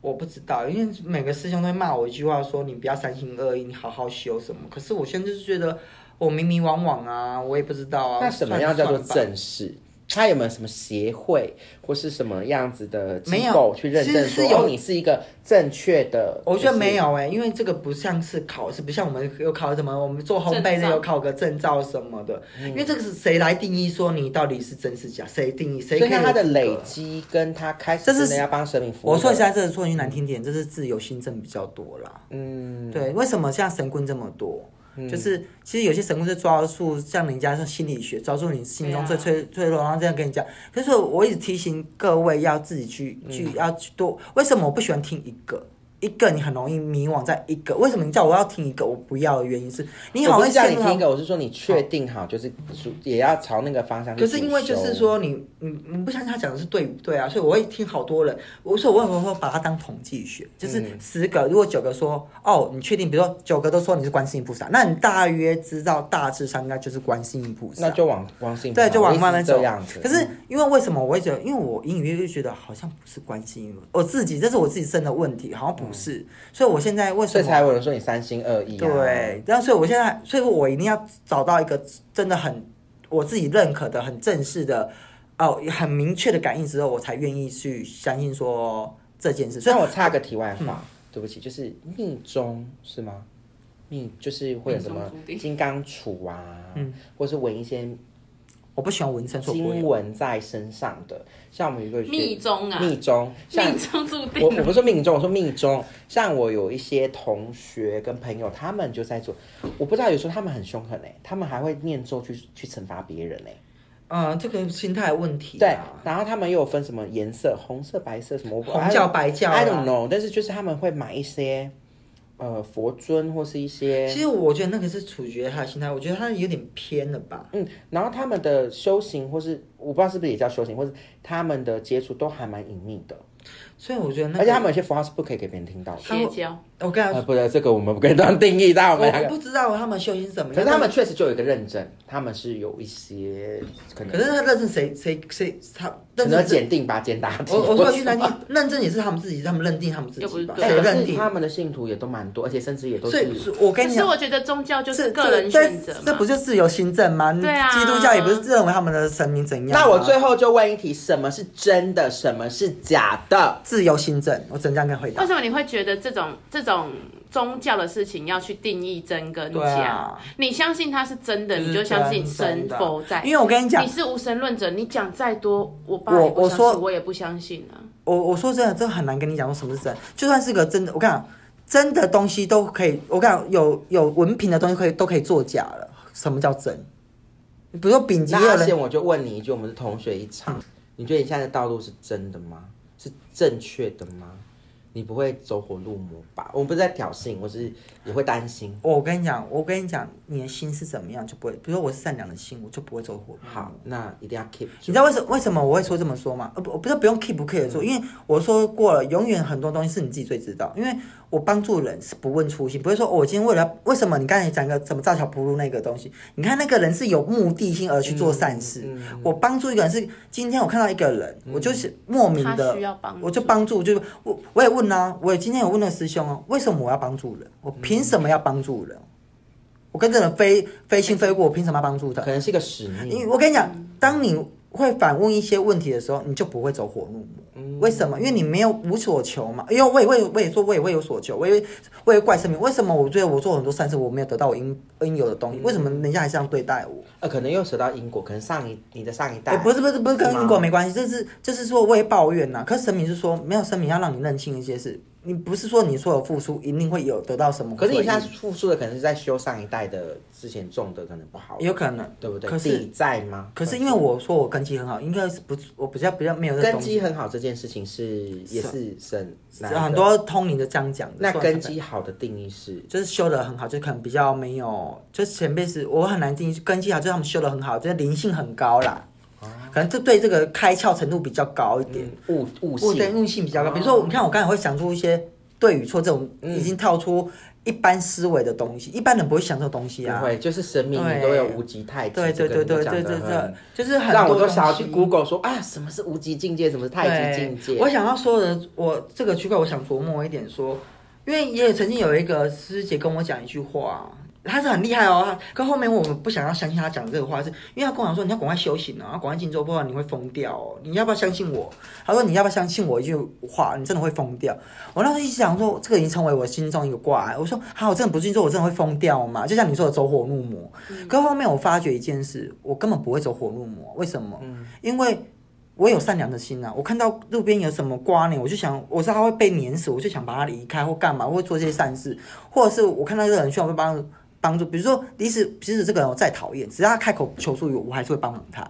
我不知道，因为每个师兄都会骂我一句话说你不要三心二意，你好好修什么。可是我现在就是觉得我迷迷惘惘啊，我也不知道啊。
那什么
算了
样叫做？
算了吧
正式？他有没有什么协会或是什么样子的机
没有
构去认
是
证
是
说，
有
哦，你是一个正确的？
我觉得没
有。
有哎、因为这个不像是考试，不像我们有考什么，我们做烘焙
证
的
照
有考个证照什么的。
嗯
因为这个是谁来定义说你到底是真是假？谁定义？谁
所以
看
看他的累积跟他开始
这是
真的要帮神明服务。
我说一，下，这个说句难听点，这是自由新政比较多啦。
嗯，
对，为什么像神棍这么多？就是其实有些神棍是抓住像人家说心理学，抓住你心中最
对啊
脆脆弱，然后这样跟你讲。可
嗯
是我一直提醒各位要自己去去要去多。为什么我不喜欢听一个？一个你很容易迷惘在一个。为什么你叫我要听一个我不要的原因是，你好
我不
像
是叫你
陷入到
听一个，我是说你确定好，就是主也要朝那个方向去
可
主修。
是因为就是说你你你不相信他讲的是对不对啊？所以我会听好多人，我所以我有时候把它当统计学，就是
嗯
十个如果九个说哦，你确定，比如说九个都说你是观世音菩萨，那你大约知道大致上应该就是观世音菩萨，
那就往往性
对，就往慢慢走
这样子。嗯
可是因为为什么我会觉得，因为我隐隐约约觉得好像不是观世音，我自己这是我自己生的问题，好像不是，所以我现在为
嗯所
什
以才
么？
有人说你三心二意、啊。
对，但所以我现在，所以我一定要找到一个真的很我自己认可的、很正式的，哦，很明确的感应之后，我才愿意去相信说这嗯件事。所以
虽然我插个题外话，对不起，就是命中是吗？命就是会有什
命
么
中注定
金刚杵啊，或是纹一些
我不喜欢纹身，所以嗯我不
经
会。
文在身上的，像我们有一个学
密宗啊
密宗，像
命中注定
我我不是说命中，我说命中。像我有一些同学跟朋友，他们就在做，我不知道有时候他们很凶狠哎、他们还会念咒去去惩罚别人哎、
嗯，这个心态问题、啊
对，然后他们又有分什么颜色，红色、白色什么，我不
红教白教啊
I don't know，但是就是他们会买一些呃佛尊或是一些
其实我觉得那个是处决他的心态，我觉得他有点偏了吧。
嗯，然后他们的修行或是我不知道是不是也叫修行，或是他们的接触都还蛮隐秘的，
所以我觉得那个，
而且他们有些佛号是不可以给别人听到的。
邪教，
我跟他
呃，不对，这个我们不可以乱定义，到我
我
们
我
两个。
不知道他们修行是怎么
可
样，
是他们确实就有一个认证，他们是有一些可能
可是他认证谁谁谁他
可
认
能
证是
检定吧，检答题。
我
或
我说
是
去难听，认证也是他们自己，他们认定他们自
又不
己
是
吧，
对
哎
谁
可
认
是
定？
他们的信徒也都蛮多，而且甚至也都
所以
是
是我跟
可
你
是
讲，
我觉得宗教就是
这
个人
这
选择嘛，
这不就是由心证吗？
对啊
基督教也不是认为他们的神明怎样吗。
那我最后就问一题：什么是真的，什么是假的？
自由心证，我只能这样跟你回答
为。什么你会觉得这种这种宗教的事情要去定义真跟
对
假？
啊
你相信它是真的，
就是
你就相信
真
神
的
佛在。
因为我跟你讲
你，是无神论者，你讲再多，我爸
我
也不
我
相
说
信，我也不相信啊。
我我说真的，这很难跟你讲说什么是真。就算是个真的，我跟你讲，真的东西都可以，我跟你讲，有有文凭的东西可以都可以作假了。什么叫真？比如说丙级也
那
有
阿贤，
人，
我就问你一句，我们是同学一场，你觉得你现在的道路是真的吗？是正确的吗？你不会走火入魔吧？我们不是在挑衅，我是也会担心。
我跟你讲，我跟你讲，你的心是怎么样就不会，比如说我是善良的心，我就不会走火入魔
好，那一定要 keep
嗯你
住
知。道为什为什么我会说这么说吗？呃，不，不是不用 keep 不 keep
嗯
说，因为我说过了，永远很多东西是你自己最知道。因为我帮助人是不问初心，不会说、哦、我今天为了为什么你刚才讲一个怎么造桥铺路那个东西，你看那个人是有目的性而去
嗯
做善事。我帮助一个人是今天我看到一个人，我就是莫
嗯
名
他
的
需要帮，助
我就帮助，就是我我也问啊，我今天有问了师兄啊，为什么我要帮助人？我凭什么要帮助人？我跟这人飞飞星飞过，我凭什么要帮助他
可？能是一个使
因为
命。
我跟你讲，当你会反问一些问题的时候，你就不会走火入魔。
嗯
为什么？因为你没有无所求嘛。因为我也我也我也说，我也会有所求，我也我也怪生命。为什么我觉得我做很多善事，我没有得到我应应有的东西？
嗯
为什么人家还这样对待我？
呃，可能又扯到因果，可能上一你的上一代
哎，不是不是不是跟
是吗
因果没关系，就是就是说我也抱怨呐、可是神明是说，没有神明要让你认清一些事，你不是说你所有付出一定会有得到什么
可
回
是
应。
你现在付出的可能是在修上一代的之前种的，可能不好，
有可能
对不对？
可
自己
是
在吗？嗯
可是因为我说我根基很好，应该是不我比较比较没有这
根
东西
基很好这件事情是也是神拿的
啊很多通灵的这样讲的。
那
说
根基好的定义是
就是修的很好，就可能比较没有，就是前辈是我很难定义根基好，就是他们修的很好，就是灵性很高啦，可能就对这个开窍程度比较高一点，
悟悟
我对
性，
悟性比较高。比如说，你看我刚才会想出一些对与错这种已经跳出一般思维的东西，一般人不会想这种东西
不
啊。
会就是神明
对
都有无极太极，
对对对对对对对，就是很
让我都
多
想要
东
去
西
Google 说啊，什么是无极境界，什么是太极境界？
对我想要说的，我这个区块我想琢磨一点说，因为也有曾经有一个师姐跟我讲一句话，她是很厉害哦。她可后面我们不想要相信她讲这个话，是因为她跟我讲说你要赶快修行啊，赶快进修，不然你会疯掉哦。你要不要相信我？她说你要不要相信我一句话，你真的会疯掉。我那时候一直想说，这个已经成为我心中一个挂碍。我说，好，我真的不信说我真的会疯掉嘛？就像你说的走火入魔。可后面我发觉一件事，我根本不会走火入魔，为什么？
嗯
因为我有善良的心啊，我看到路边有什么瓜呢，我就想，我知道它会被碾死，我就想把它离开或干嘛，我会做这些善事，或者是我看到这个人需要我会帮帮助，比如说，即使即使这个人我再讨厌，只要他开口求助于我，我还是会帮忙他。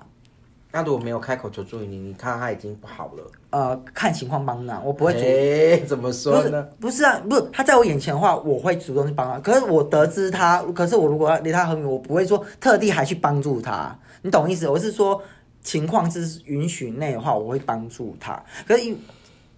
那如果没有开口求助于你，你看他已经不好了，
呃，看情况帮忙，我不会主动
哎、怎么
不
说
是
呢？
不是啊，不是他在我眼前的话，我会主动去帮他。可是我得知他，可是我如果要离他很远，我不会说特地还去帮助他。你懂意思？我是说情况之允许内的话，我会帮助他。可是因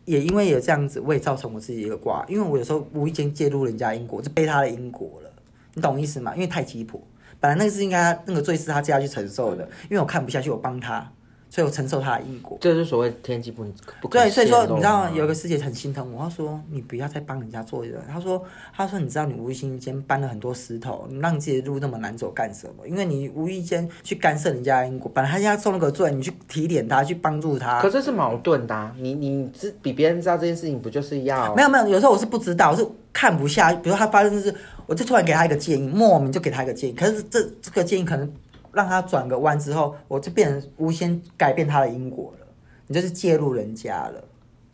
也因为有这样子，我也造成我自己一个挂，因为我有时候无意间介入人家因果，就背他的因果了。你懂意思吗？因为太鸡婆，本来那个是应该他那个罪是他自己要去承受的，因为我看不下去，我帮他，所以我承受他的因果。
这就是所谓天机不不可
对，所以说
泄露
你知道
嘛
有个师姐很心疼我，她说你不要再帮人家做人。她说，她说你知道你无意间搬了很多石头，你让自己的路那么难走干什么？因为你无意间去干涉人家的因果，本来他家受那个罪，你去提点他，去帮助他
可。这是矛盾的、啊，你你知比别人知道这件事情，不就是要
没有没有，有时候我是不知道，我是看不下。比如他发生就是，我就突然给他一个建议，莫名就给他一个建议，可是这这个建议可能让他转个弯之后，我就变成无限改变他的因果了。你就是介入人家了，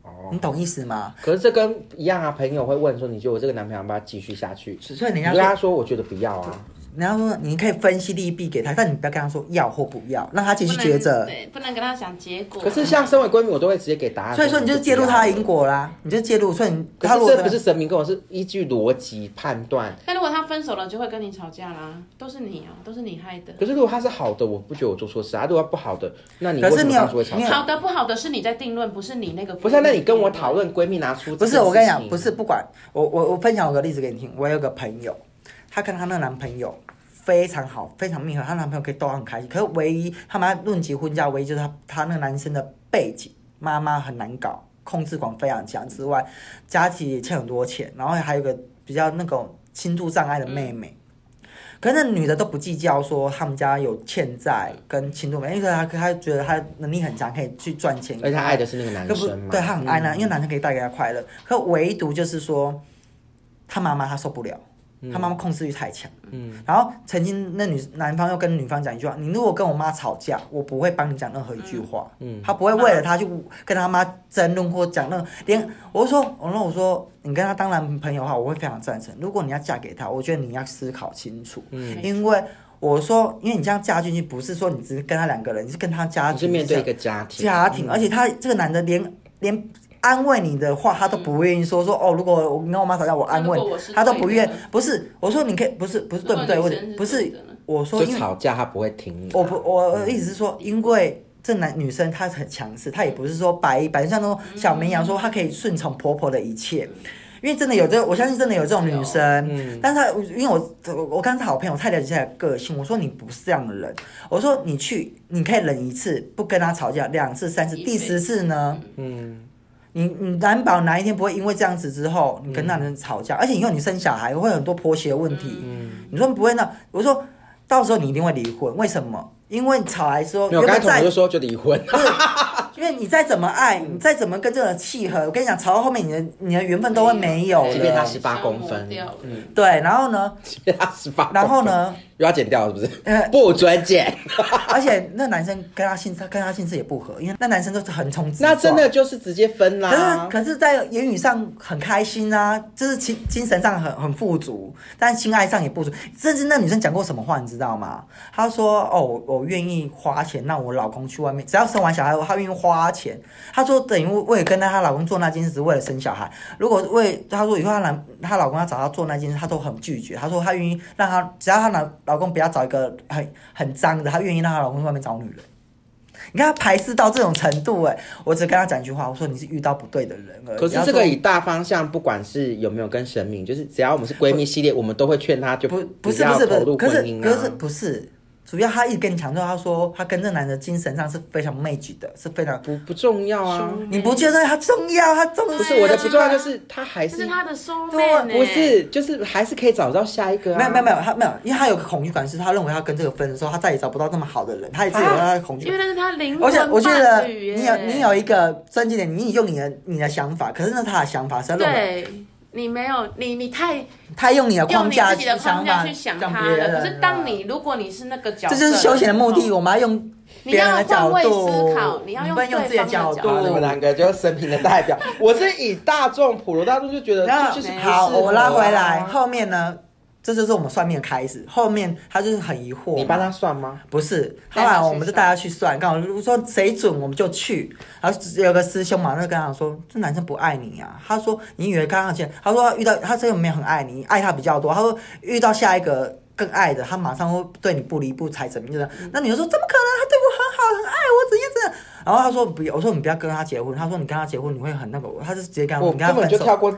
哦
你懂意思吗？
可是这跟一样啊，朋友会问说，你觉得我这个男朋友要不要继续下去？
所以人
你
家
跟
说
他说，我觉得不要啊。
人家说你可以分析利弊给他，但你不要跟他说要或不要，让他继
不
续
能
抉择。
对，不能跟他讲结果。啊
可是像身为闺蜜，我都会直接给答案。
所以说你就是介入他的因。果啦，你就介入。所以你
可
他如
是
果
啊这不是神明跟我是依据逻辑判断。
但如果他分手了，就会跟你吵架啦，都是你啊，都是你害的。
可是如果他是好的，我不觉得我做错事啊；如果他不好的，那你
可
为
是
什么
你有
当初会吵
你有
架？
好的不好的是你在定论，不是你那个。
不是啊，那你跟我讨。论闺蜜拿出
不
这
是
件
我跟你
事
讲，
情
不是不管我我我分享我个例子给你听。我有个朋友，她跟她那个男朋友非常好，非常密合，她男朋友可以逗她很开心。可是唯一他们论及婚嫁，唯一就是她她那个男生的背景，妈妈很难搞，控制啊狂非常强之外，家里也欠很多钱，然后还有一个比较那种轻度障碍的妹
嗯
妹。可是那女的都不计较说他们家有欠债跟轻度没，因为她她觉得她能力很强，可以去赚钱。
而且他爱的是那个男
可不
生嗯嘛？
对他很爱啊呢，因为男生可以带给他快乐，可唯独就是说，他妈妈他受不了，
嗯
他妈妈控制欲太强。嗯，然后曾经那女男方又跟女方讲一句话：“你如果跟我妈吵架，我不会帮你讲任何一句话。”嗯，他不会为了他去跟他妈争论或讲任何连。我就说，我那我说，你跟他当男朋友的话，我会非常赞成。如果你要嫁给他，我觉得你要思考清楚，嗯，因为。我说，因为你这样嫁进去，不是说你只是跟他两个人，你是跟他家
你是
庭，
面对一个家庭，嗯
家庭，而且他这个男的连连安慰你的话，他都不愿意说说哦，如果我跟我妈吵架，我安慰
那如
你
果我是
他都不愿
对的。
不是，我说你可以，不是不是对不对？
如
我
果女生是
不
对
是
的呢，
我说
就
因为
吵架他不会
嗯
挺你啊。
我不我的意思是说，因为这男女生她很强势，她也不是说白白像那种
嗯
小绵羊说她可以顺从婆婆的一切。因为真的有这，我相信真的有这种女生，
嗯
但是她因为我我我刚是好朋友，我太了解她的个性。我说你不是这样的人，我说你去，你可以忍一次，不跟她吵架，两次、三次，
一
第
辈嗯
十次呢？你你难保哪一天不会因为这样子之后，你跟
嗯
那人吵架，而且以后你生小孩会有很多婆媳的问题。你说不会那？我说到时候你一定会离婚，为什么？因为你吵来说，
没有，
原
刚才
本
同
在
学就说嗯就离婚。
因为你再怎么爱，你再怎么跟这个人契合，我跟你讲，吵到后面你的你的缘分都会没有
即便他
了。
是18公分
嗯，
对，然后呢，
他十八，
然后？呢，
又要剪掉是不是？
呃
不准 剪。
而且那男生跟他性他跟他性质也不合，因为那男生都是横冲直撞。
那真的就是直接分
可是
啦。
可是，在言语上很开心啊，就是精精神上很很富足，但性爱上也不足。甚至那女生讲过什么话，你知道吗？她说：“哦，我我愿意花钱让我老公去外面，只要生完小孩，她愿意花钱。”她说：“等于为了跟她老公做那件事，为了生小孩。如果为她说以后她男她老公要找她做那件事，她都很拒绝。她说她愿意让她，只要她老老公不要找一个很很脏的，她愿意让她老公去外面找女人。”你看她排斥到这种程度哎、我只跟她讲一句话，我说你是遇到不对的人而已。
可是
然后
这
说
个以大方向，不管是有没有跟神明，就是只要我们是闺蜜系列，我们都会劝她就
不不
不
是
要
不是
投
不
入
是，可
婚
是
姻
可是
啊。
不是，主要他一直跟你强调，他说他跟这男的精神上是非常 match 的，是非常，
不不重要啊，
你不觉得他重要？他重
不是我的不重要，就是她还
这
是
啊是他的 soul
对啊
man，欸
不是就是还是可以找到下一个啊。
没有没有没有，他没有，因为他有个恐惧感，是他认为他跟这个分的时候，他再也找不到那么好的人，他也自己有他的恐惧
啊因为
感。
那是他灵
而
魂
且
伴侣
我觉得
耶
你有你有一个专辑点，你用你的你的想法，可是那是他的想法，是他认为
对，你没有你你太
他用你的
用
框
你
架
自己的框
想
架
法
去想
讲
他
别人
了。
了。
可是当你如果你是那个角色
这
的时
就
候，
是休闲的目的，我们要用
你
别人的
要
角
换位
度
思考，你要
你
用
不能用自己的角
角
度
啊好，你们两个就是神明的代表，我是以大众普罗大众就觉得
然
这
后
就是不适合啊
好，我拉回来，后面呢，这就是我们算命的开始。后面他就是很疑惑嘛，
你帮他算吗？
不是，后
带他
来
去
我们就
算
带他去算，刚好如果说谁准我们就去。然后有个师兄马上就跟他讲说，这男生不爱你啊。他说你以为刚刚见，他说遇到他这个没有很爱你，爱他比较多。他说遇到下一个更爱的，他马上会对你不离不睬，怎么样怎么
嗯
样？那女人说怎么可能？他对我很好，很爱我，怎样怎样？然后他说不要，我说你不要跟他结婚。他说你跟他结婚你会很那个，他就直接跟他
我
你啊跟他
根本
分
就跳
手。
过，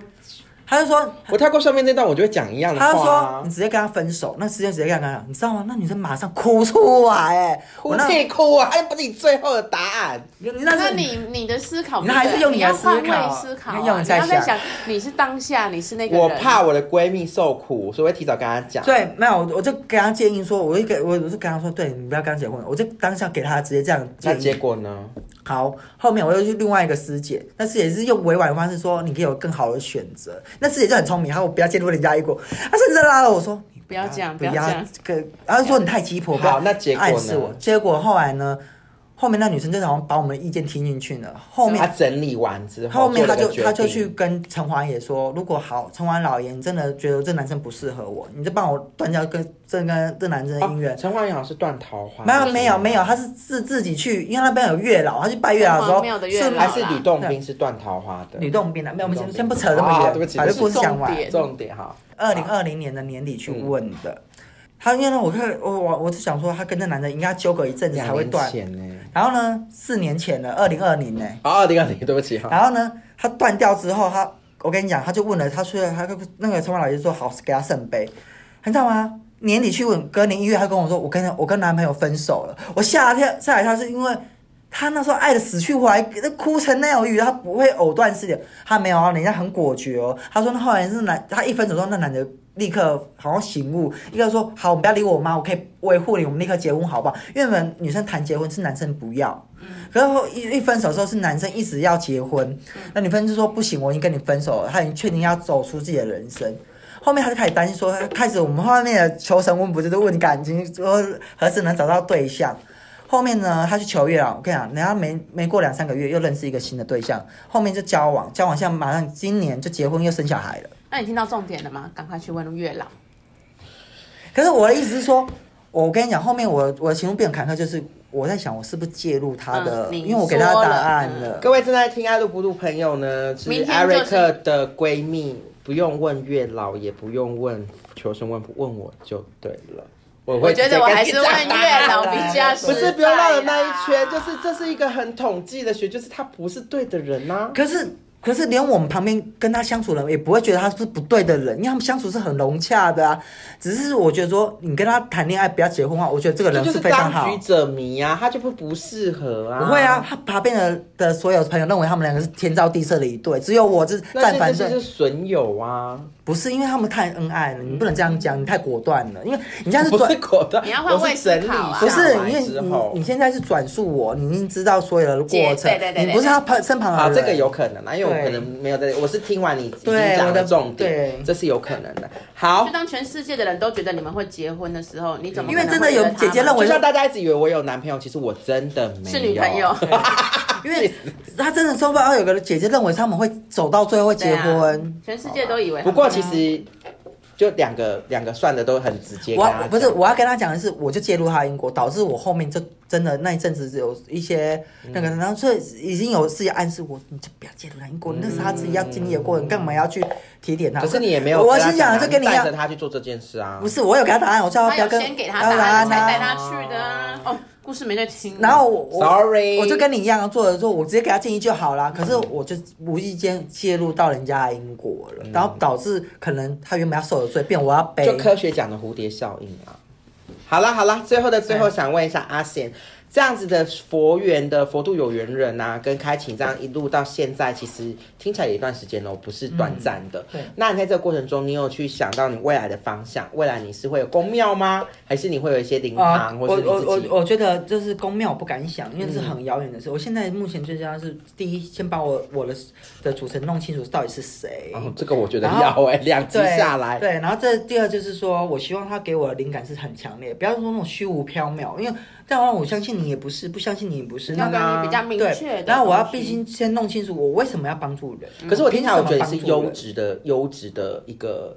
他就说
我跳过上面那段，我就会讲一样的
他就
话
说
啊
你。直接跟他分手，那师兄直接跟他讲，你知道吗？那女生马上哭出来、哎，
哭
我那
内哭啊！哎，不是你最后的答案，
你你那
那
是
你你的思考不
那
对，
还是用你
你
来
要换
思考
位思考啊，
你
你
要用
要
你在
在
想
想，你是当下，你是那个人，
我怕我的闺蜜受苦，所以我会提早跟她讲。
对，没有，我我就给他建议说，我就给我我就跟他说，对你不要跟他结婚，我就当下给他直接这样
那
建
结
议。
果呢？
好，后面我又去另外一个师姐，那师姐是用委婉的方式说，你可以有更好的选择。那师姐就很聪明，她说我不要介入人家因果，她甚至拉了我说。你
不要这样
不
不要这样
跟，然后说你太鸡婆，不要
好那结果呢
暗示我。结果后来呢，后面那女生就好像把我们的意见听进去了。后面
她整理完之后，
后面他
做
就
了个决定
他就去跟陈华也说，如果好，陈华老爷，你真的觉得这男生不适合我，你就帮我断掉跟这跟这男生的姻缘
哦。陈焕也好像是断桃花，
没有没有没有，他是自自己去，因为那边有月老，他去拜月老的时
城
候
隍庙的月
顺
老
还
便
是吕洞宾是断桃花的。
女动兵的，啊没有，我们先
女动兵
先不扯那么
啊
远，
对不起
把这
对
故
不
事
起嗯
讲完
重。点
重点哈，
二零二零年的年底去问的，他因为呢，我看我我我就想说，他跟这男的应该纠葛一阵子才
两
会
年
断。
前呢，
然后呢，四年前了，二零二零呢，
啊，二零二零，对不起哈，
然后呢，他断掉之后，他我跟你讲，他就问了，他说他那个陈华老师说好给他圣杯，你知道吗？年底去问，隔年一月他跟我说，我跟我跟男朋友分手了，我吓一跳，吓一跳是因为。他那时候爱的死去活来，哭成那样，我以为他不会藕断丝连，他没有啊，人家很果决哦。他说那后来是男，他一分手之后，那男的立刻好像醒悟，一个说好，我们不要理我妈，我可以维护你，我们立刻结婚好不好？因为我们女生谈结婚是男生不要，可是后一一分手之后是男生一直要结婚，
嗯
那女生就说不行，我已经跟你分手了，他已经确定要走出自己的人生。后面他就开始担心说，开始我们后面的求神问卜就是问感情，说何时能找到对象。后面呢，他去求月老，我跟你讲，人家没没过两三个月又认识一个新的对象，后面就交往，交往现在马上今年就结婚又生小孩了。
那你听到重点了吗？赶快去问月老。
可是我的意思是说，我跟你讲，后面我我的情路变得坎坷，就是我在想我是不是介入他的，
嗯你
因为我给他
说
答
了
案
嗯
了。
各位正在听爱路不路朋友呢，是
明
艾
天就
瑞
是
克的闺蜜，不用问月老，也不用问求神问卜，问我就对了。我
我
会
觉
直接
得我
跟
还
你
是
讲
问
答
月
案
老比较实
不
在啊
是不用绕了那一圈，
啦
就是这是一个很统计的学，就是他不是对的人啊呐、
可是可是连我们旁边跟他相处的人也不会觉得他是不对的人，因为他们相处是很融洽的啊。只是我觉得说你跟他谈恋爱不要结婚的话，我觉得这个
这
人
就是
非常
当
好
局。者迷啊，他就不不适合啊。
不会啊，，他旁边的的所有朋友认为他们两个是天造地设的一对，只有我是
那
站
这
反
些
对
就。是损友啊，
不是因为他们太恩爱了，你不能这样讲，你太果断了，因为你现在是
不
转
是果断，
你要换
我
位
是
思
整理
考啊
不
下
是，
来
因为
之
你
后
你现在是转述我，你已经知道所有的过程
姐对对，对
你不是他旁身旁的
啊，
人。
这个有可能啊，因为我
对
可能没有在，我是听完你已经
对我
讲
的
的重
对
点，这是有可能的。好
就，当全世界的人都觉得你们会结婚的时候，你怎么
因为
可能
真的
会
有
觉得他
姐姐
们
认为
就像大家一直以为我有男朋友，其实我真的没有，
是女朋友，
因为他真的说不哦到有个姐姐认为他们会走到最后会结
啊
婚。
啊全世界都以为他
不
们。啊
过其实就两个两个算的都很直接跟
我
他讲，
我不是我要跟他讲的是，我就介入他的因果，导致我后面就真的那一阵子有一些
嗯
那个，然后所以已经有自己暗示我，你就不要介入他因果，那是他自己要经历的过程，干嘛要去提点他？
嗯可是你也没有
我
跟他
心
讲啊，
想就跟你一
带
样
着，他去做这件事啊，
不是我有给他答案，我叫他
他
不要
有
跟
先给他
不要
答案
啊
才带他去的啊。哦，故事没在听。
然后我我
Sorry
我就跟你一样做的时候，我直接给他建议就好啦。可是我就无意间介入到人家的因果
嗯
了，然后导致可能他原本要受的罪，变我要背。
就科学讲的蝴蝶效应啊。好啦好啦，最后的最后，想问一下阿贤，这样子的佛缘的佛度有缘人啊，跟开启这样一路到现在，其实听起来也一段时间喽，不是短暂的。
嗯对
那你在这个过程中，你有去想到你未来的方向？未来你是会有公庙吗？还是你会有一些灵
啊、
堂，
我
或是
我
你自己嗯
我我觉得就是宫庙，我不敢想，因为是很遥远的事。我现在目前最重要的是，第一，先把我我的的主持人弄清楚到底是谁。
哦，这个我觉得
然后
要哎、两集
对
下来，
对，然后这第二就是说，我希望他给我的灵感是很强烈，不要说那种虚无缥缈，因为这样的话我相信你也不是，不相信你也不是，
要
那
给你比较明确
对
的。，
然后我要必须先弄清楚我为什么要帮助人。
可是我听起来，我觉得
凭
你是
什么帮助
优
人
质的、优质的一个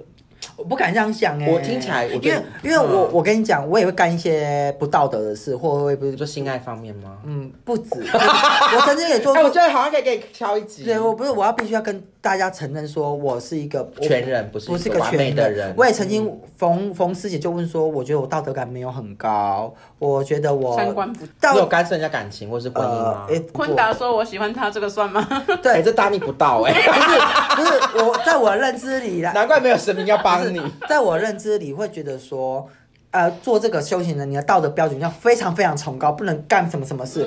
我不敢这样想哎、
我听起来我觉
因
得嗯
为因为我、我跟你讲，我也会干一些不道德的事，或会不
你说性爱方面吗？
嗯不止，我曾经也做
哎，我
过。
觉得好像可以给你挑一集。
对，我不是，我要必须要跟大家承认说，我是一个我
全人不是
不是
一
个
个完美
全
的
人
人。嗯
我也曾经冯冯师姐就问说，我觉得我道德感没有很高，我觉得我
三观不
你有
到呃
干涉人家感情或是婚姻吗？
哦诶
昆达说：“我喜欢他，这个算吗
哎，这搭你不到哎，
不是我在我的认知里啦，
难怪没有神明要帮你。
在我认知里会觉得说，呃，做这个修行人，你的道德标准要非常非常崇高，不能干什么什么事。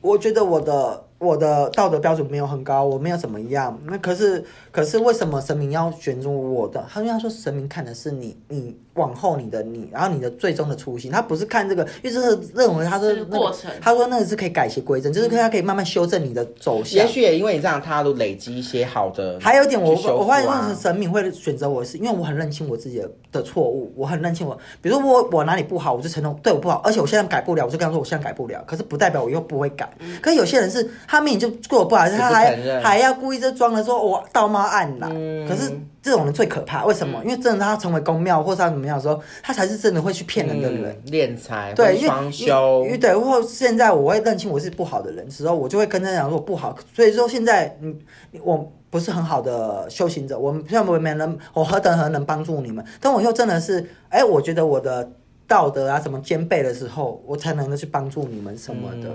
我觉得我的我的道德标准没有很高，我没有怎么样。那可是可是为什么神明要选中我的？他因为他说神明看的是你，你往后你的你，然后你的最终的初心，他不是看这个，因为这是认为他
这
是、那个
是过程
他说那个是可以改邪归正，就是他可以慢慢修正你的走向。
也许也因为你这样踏入，累积一些好的去修复啊。啊嗯
还有一点我，我发现为什么神明会选择我是，因为我很认清我自己的的错误，我很认清我，比如说我我哪里不好，我就承认对我不好，而且我现在改不了，我就跟他说我现在改不了，可是不代表我又不会改。可是有些人是他明明就对我不好，
嗯不
他还
承认嗯
还要故意就装的说我道貌岸然，可是这种人最可怕，为什么？因为真的他成为公庙或是他怎么样的时候，他才是真的会去骗人的人。
嗯练财
对，
或
因为
双修
因为对，或现在我会认清我是不好的人，时候我就会跟他讲说我不好，所以说现在你你我不是很好的修行者，我们虽然我没能，我何德何能帮助你们，但我以后真的是，哎，我觉得我的。道德啊，什么兼备的时候，我才能够去帮助你们什么的。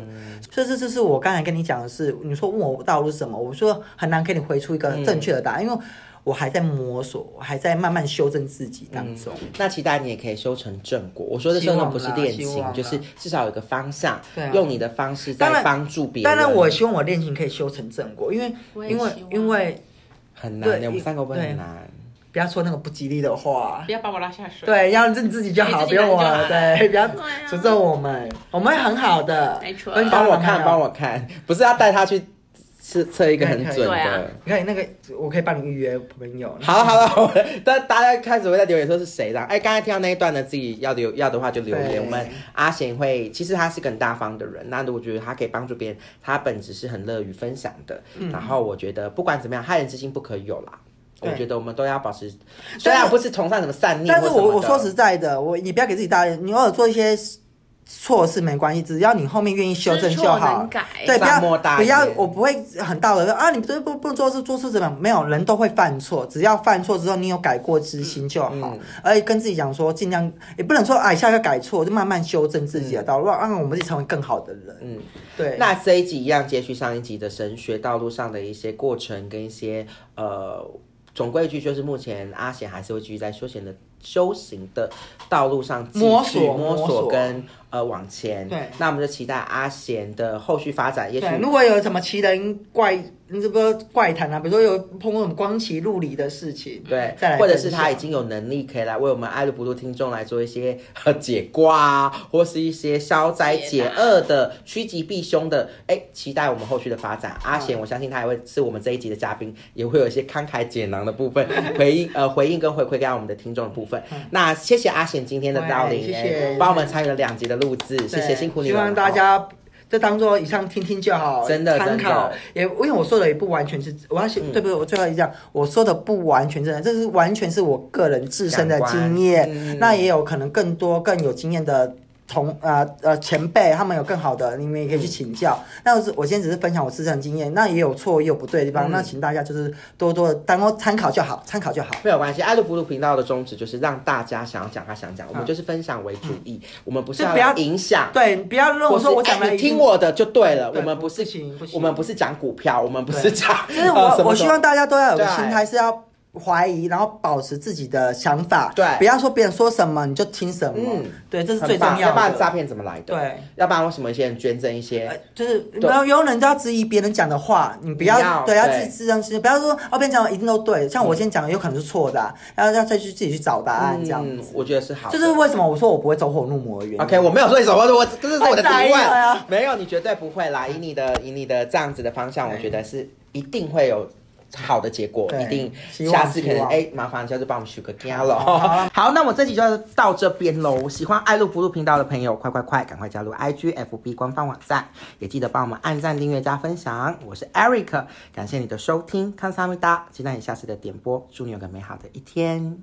所以这就是我刚才跟你讲的是，你说问我道路是什么，我说很难给你回出一个正确的答案，因为我还在摸索，我还在慢慢修正自己当中。
那期待你也可以修成正果。我说的
希
修
望
成不是
啦
恋
希
情
望，
就
啦
是至少有个方向，
对啊
用你的方式
当
在
然
帮助别人。
当然，我希望我恋情可以修成正果，因为
我也
因为
希望
因为
很难
对
的，我们三个会不会很难。
不要说那个不吉利的？”话
不，要把我拉下水。
对，要是你自己就好，
你
不
自 己
用我
人就好，
对，不要
对啊
诅咒我们，我们会很好的，
没错
我跟你讲
帮我
很好
看，帮我看，不是要带他去测测一个很
可
准
以
可以对啊
的。
你看那个，我可以帮你预约朋友。
好了好 了，我大大家开始会在留言说是谁的。哎，刚才听到那一段呢，自己要留要的话就留
对
言。我们阿贤会，其实他是个很大方的人，那我觉得他可以帮助别人，他本质是很乐于分享的。
嗯
然后我觉得不管怎么样，害人之心不可有啦。我
对
觉得我们都要保持，虽然不是崇尚什么善念
但
或
是
什么的，
我我说实在的，我你不要给自己大压力，你偶尔做一些错事没关系，只要你后面愿意修正
知
就
错
好
能改。
对，不
善莫
要
大
不要
焉，
我不会很道德地说啊，你不不不能做事做事怎么样？没有人都会犯错，只要犯错之后你有改过之心就好，
嗯
而且跟自己讲说，尽量也不能说啊一下就改错，就慢慢修正自
嗯
己的道路，让我们自己成为更好的人。嗯，对。
那这一集一样接续上一集的神学道路上的一些过程跟一些呃，总归一句就是目前阿贤还是会继续在休闲的修行的道路上继续
摸索
摸
摸索
索跟呃往前。
对
那我们就期待阿贤的后续发展，也许
对，如果有什么奇人怪，你这不怪谈啊，比如说有碰过什么光奇陆离的事情，
对
再来，
或者
分
是
享
他已经有能力可以来为我们爱路不路听众来做一些 呃解卦啊，或是一些消灾解厄的、趋吉避凶的。哎，期待我们后续的发展。阿贤，我相信他也会是我们这一集的嘉宾，也会有一些慷慨解囊的部分 回应呃回应跟回馈给我们的听众的部分。那谢谢阿贤今天的到临，
对谢
哎
嗯谢
帮我们参与了两集的录制，谢谢
对
辛苦你
希
们了。
望大家就当做以上听听就好，
真的嗯
参
真
考
的。
也因为我说的也不完全是，我要先、对不对？我最后一讲，我说的不完全真的，这是完全是我个人自身的
感官
经验。
嗯
那也有可能更多更有经验的。同呃呃前辈，他们有更好的，你们也可以去请教。
嗯
那我是我现在只是分享我自身的经验，那也有错也有不对的地
嗯
方，那请大家就是多多当做参考就好，参考就好。
没有关系，爱路不路频道的宗旨就是让大家想要讲他想讲，我们就是分享为主义，我们不是
嗯就不要
要影响。
对，不要认为
我
我说我讲
哎
的
你听我的就对了。
对
我们不是
不行不
我
行
们不是讲股票，我们不
对
是讲。就
就是我、 我希望大家都要有个
对
心态，是要怀疑，然后保持自己的想法，
对
不要说别人说什么你就听什么，
嗯
对，这是
很
最重
棒要
要
不然诈
的。
骗怎么来的？
对，
要不然为什么一些人捐赠一些？
呃就是没有有人都要质疑别人讲的话，你不要
不要
对，要
对嗯
自己自认自信，不要说哦别人讲的一定都对，像我今天讲的有可能是错的啊、然后要再去自己去找答案呃这样
嗯
子，，
我觉得是好的。
就是为什么我说我不会走火入魔的原因。
OK，我没有说你什么，我这是我的提
太在意了呀
问。没有，你绝对不会啦。以你的以你的这样子的方向，我觉得是一定会有。好的结果
对
一定，
希望
下次可
希
能
望
哎，麻烦下次帮我们许个 g a 了。好，那我这集就到这边喽。喜欢爱路不路频道的朋友，快快快，赶快加入 IG、FB 官方网站，也记得帮我们按赞、订阅、加分享。我是 Eric，感谢你的收听，康萨米达，期待你下次的点播，祝你有个美好的一天。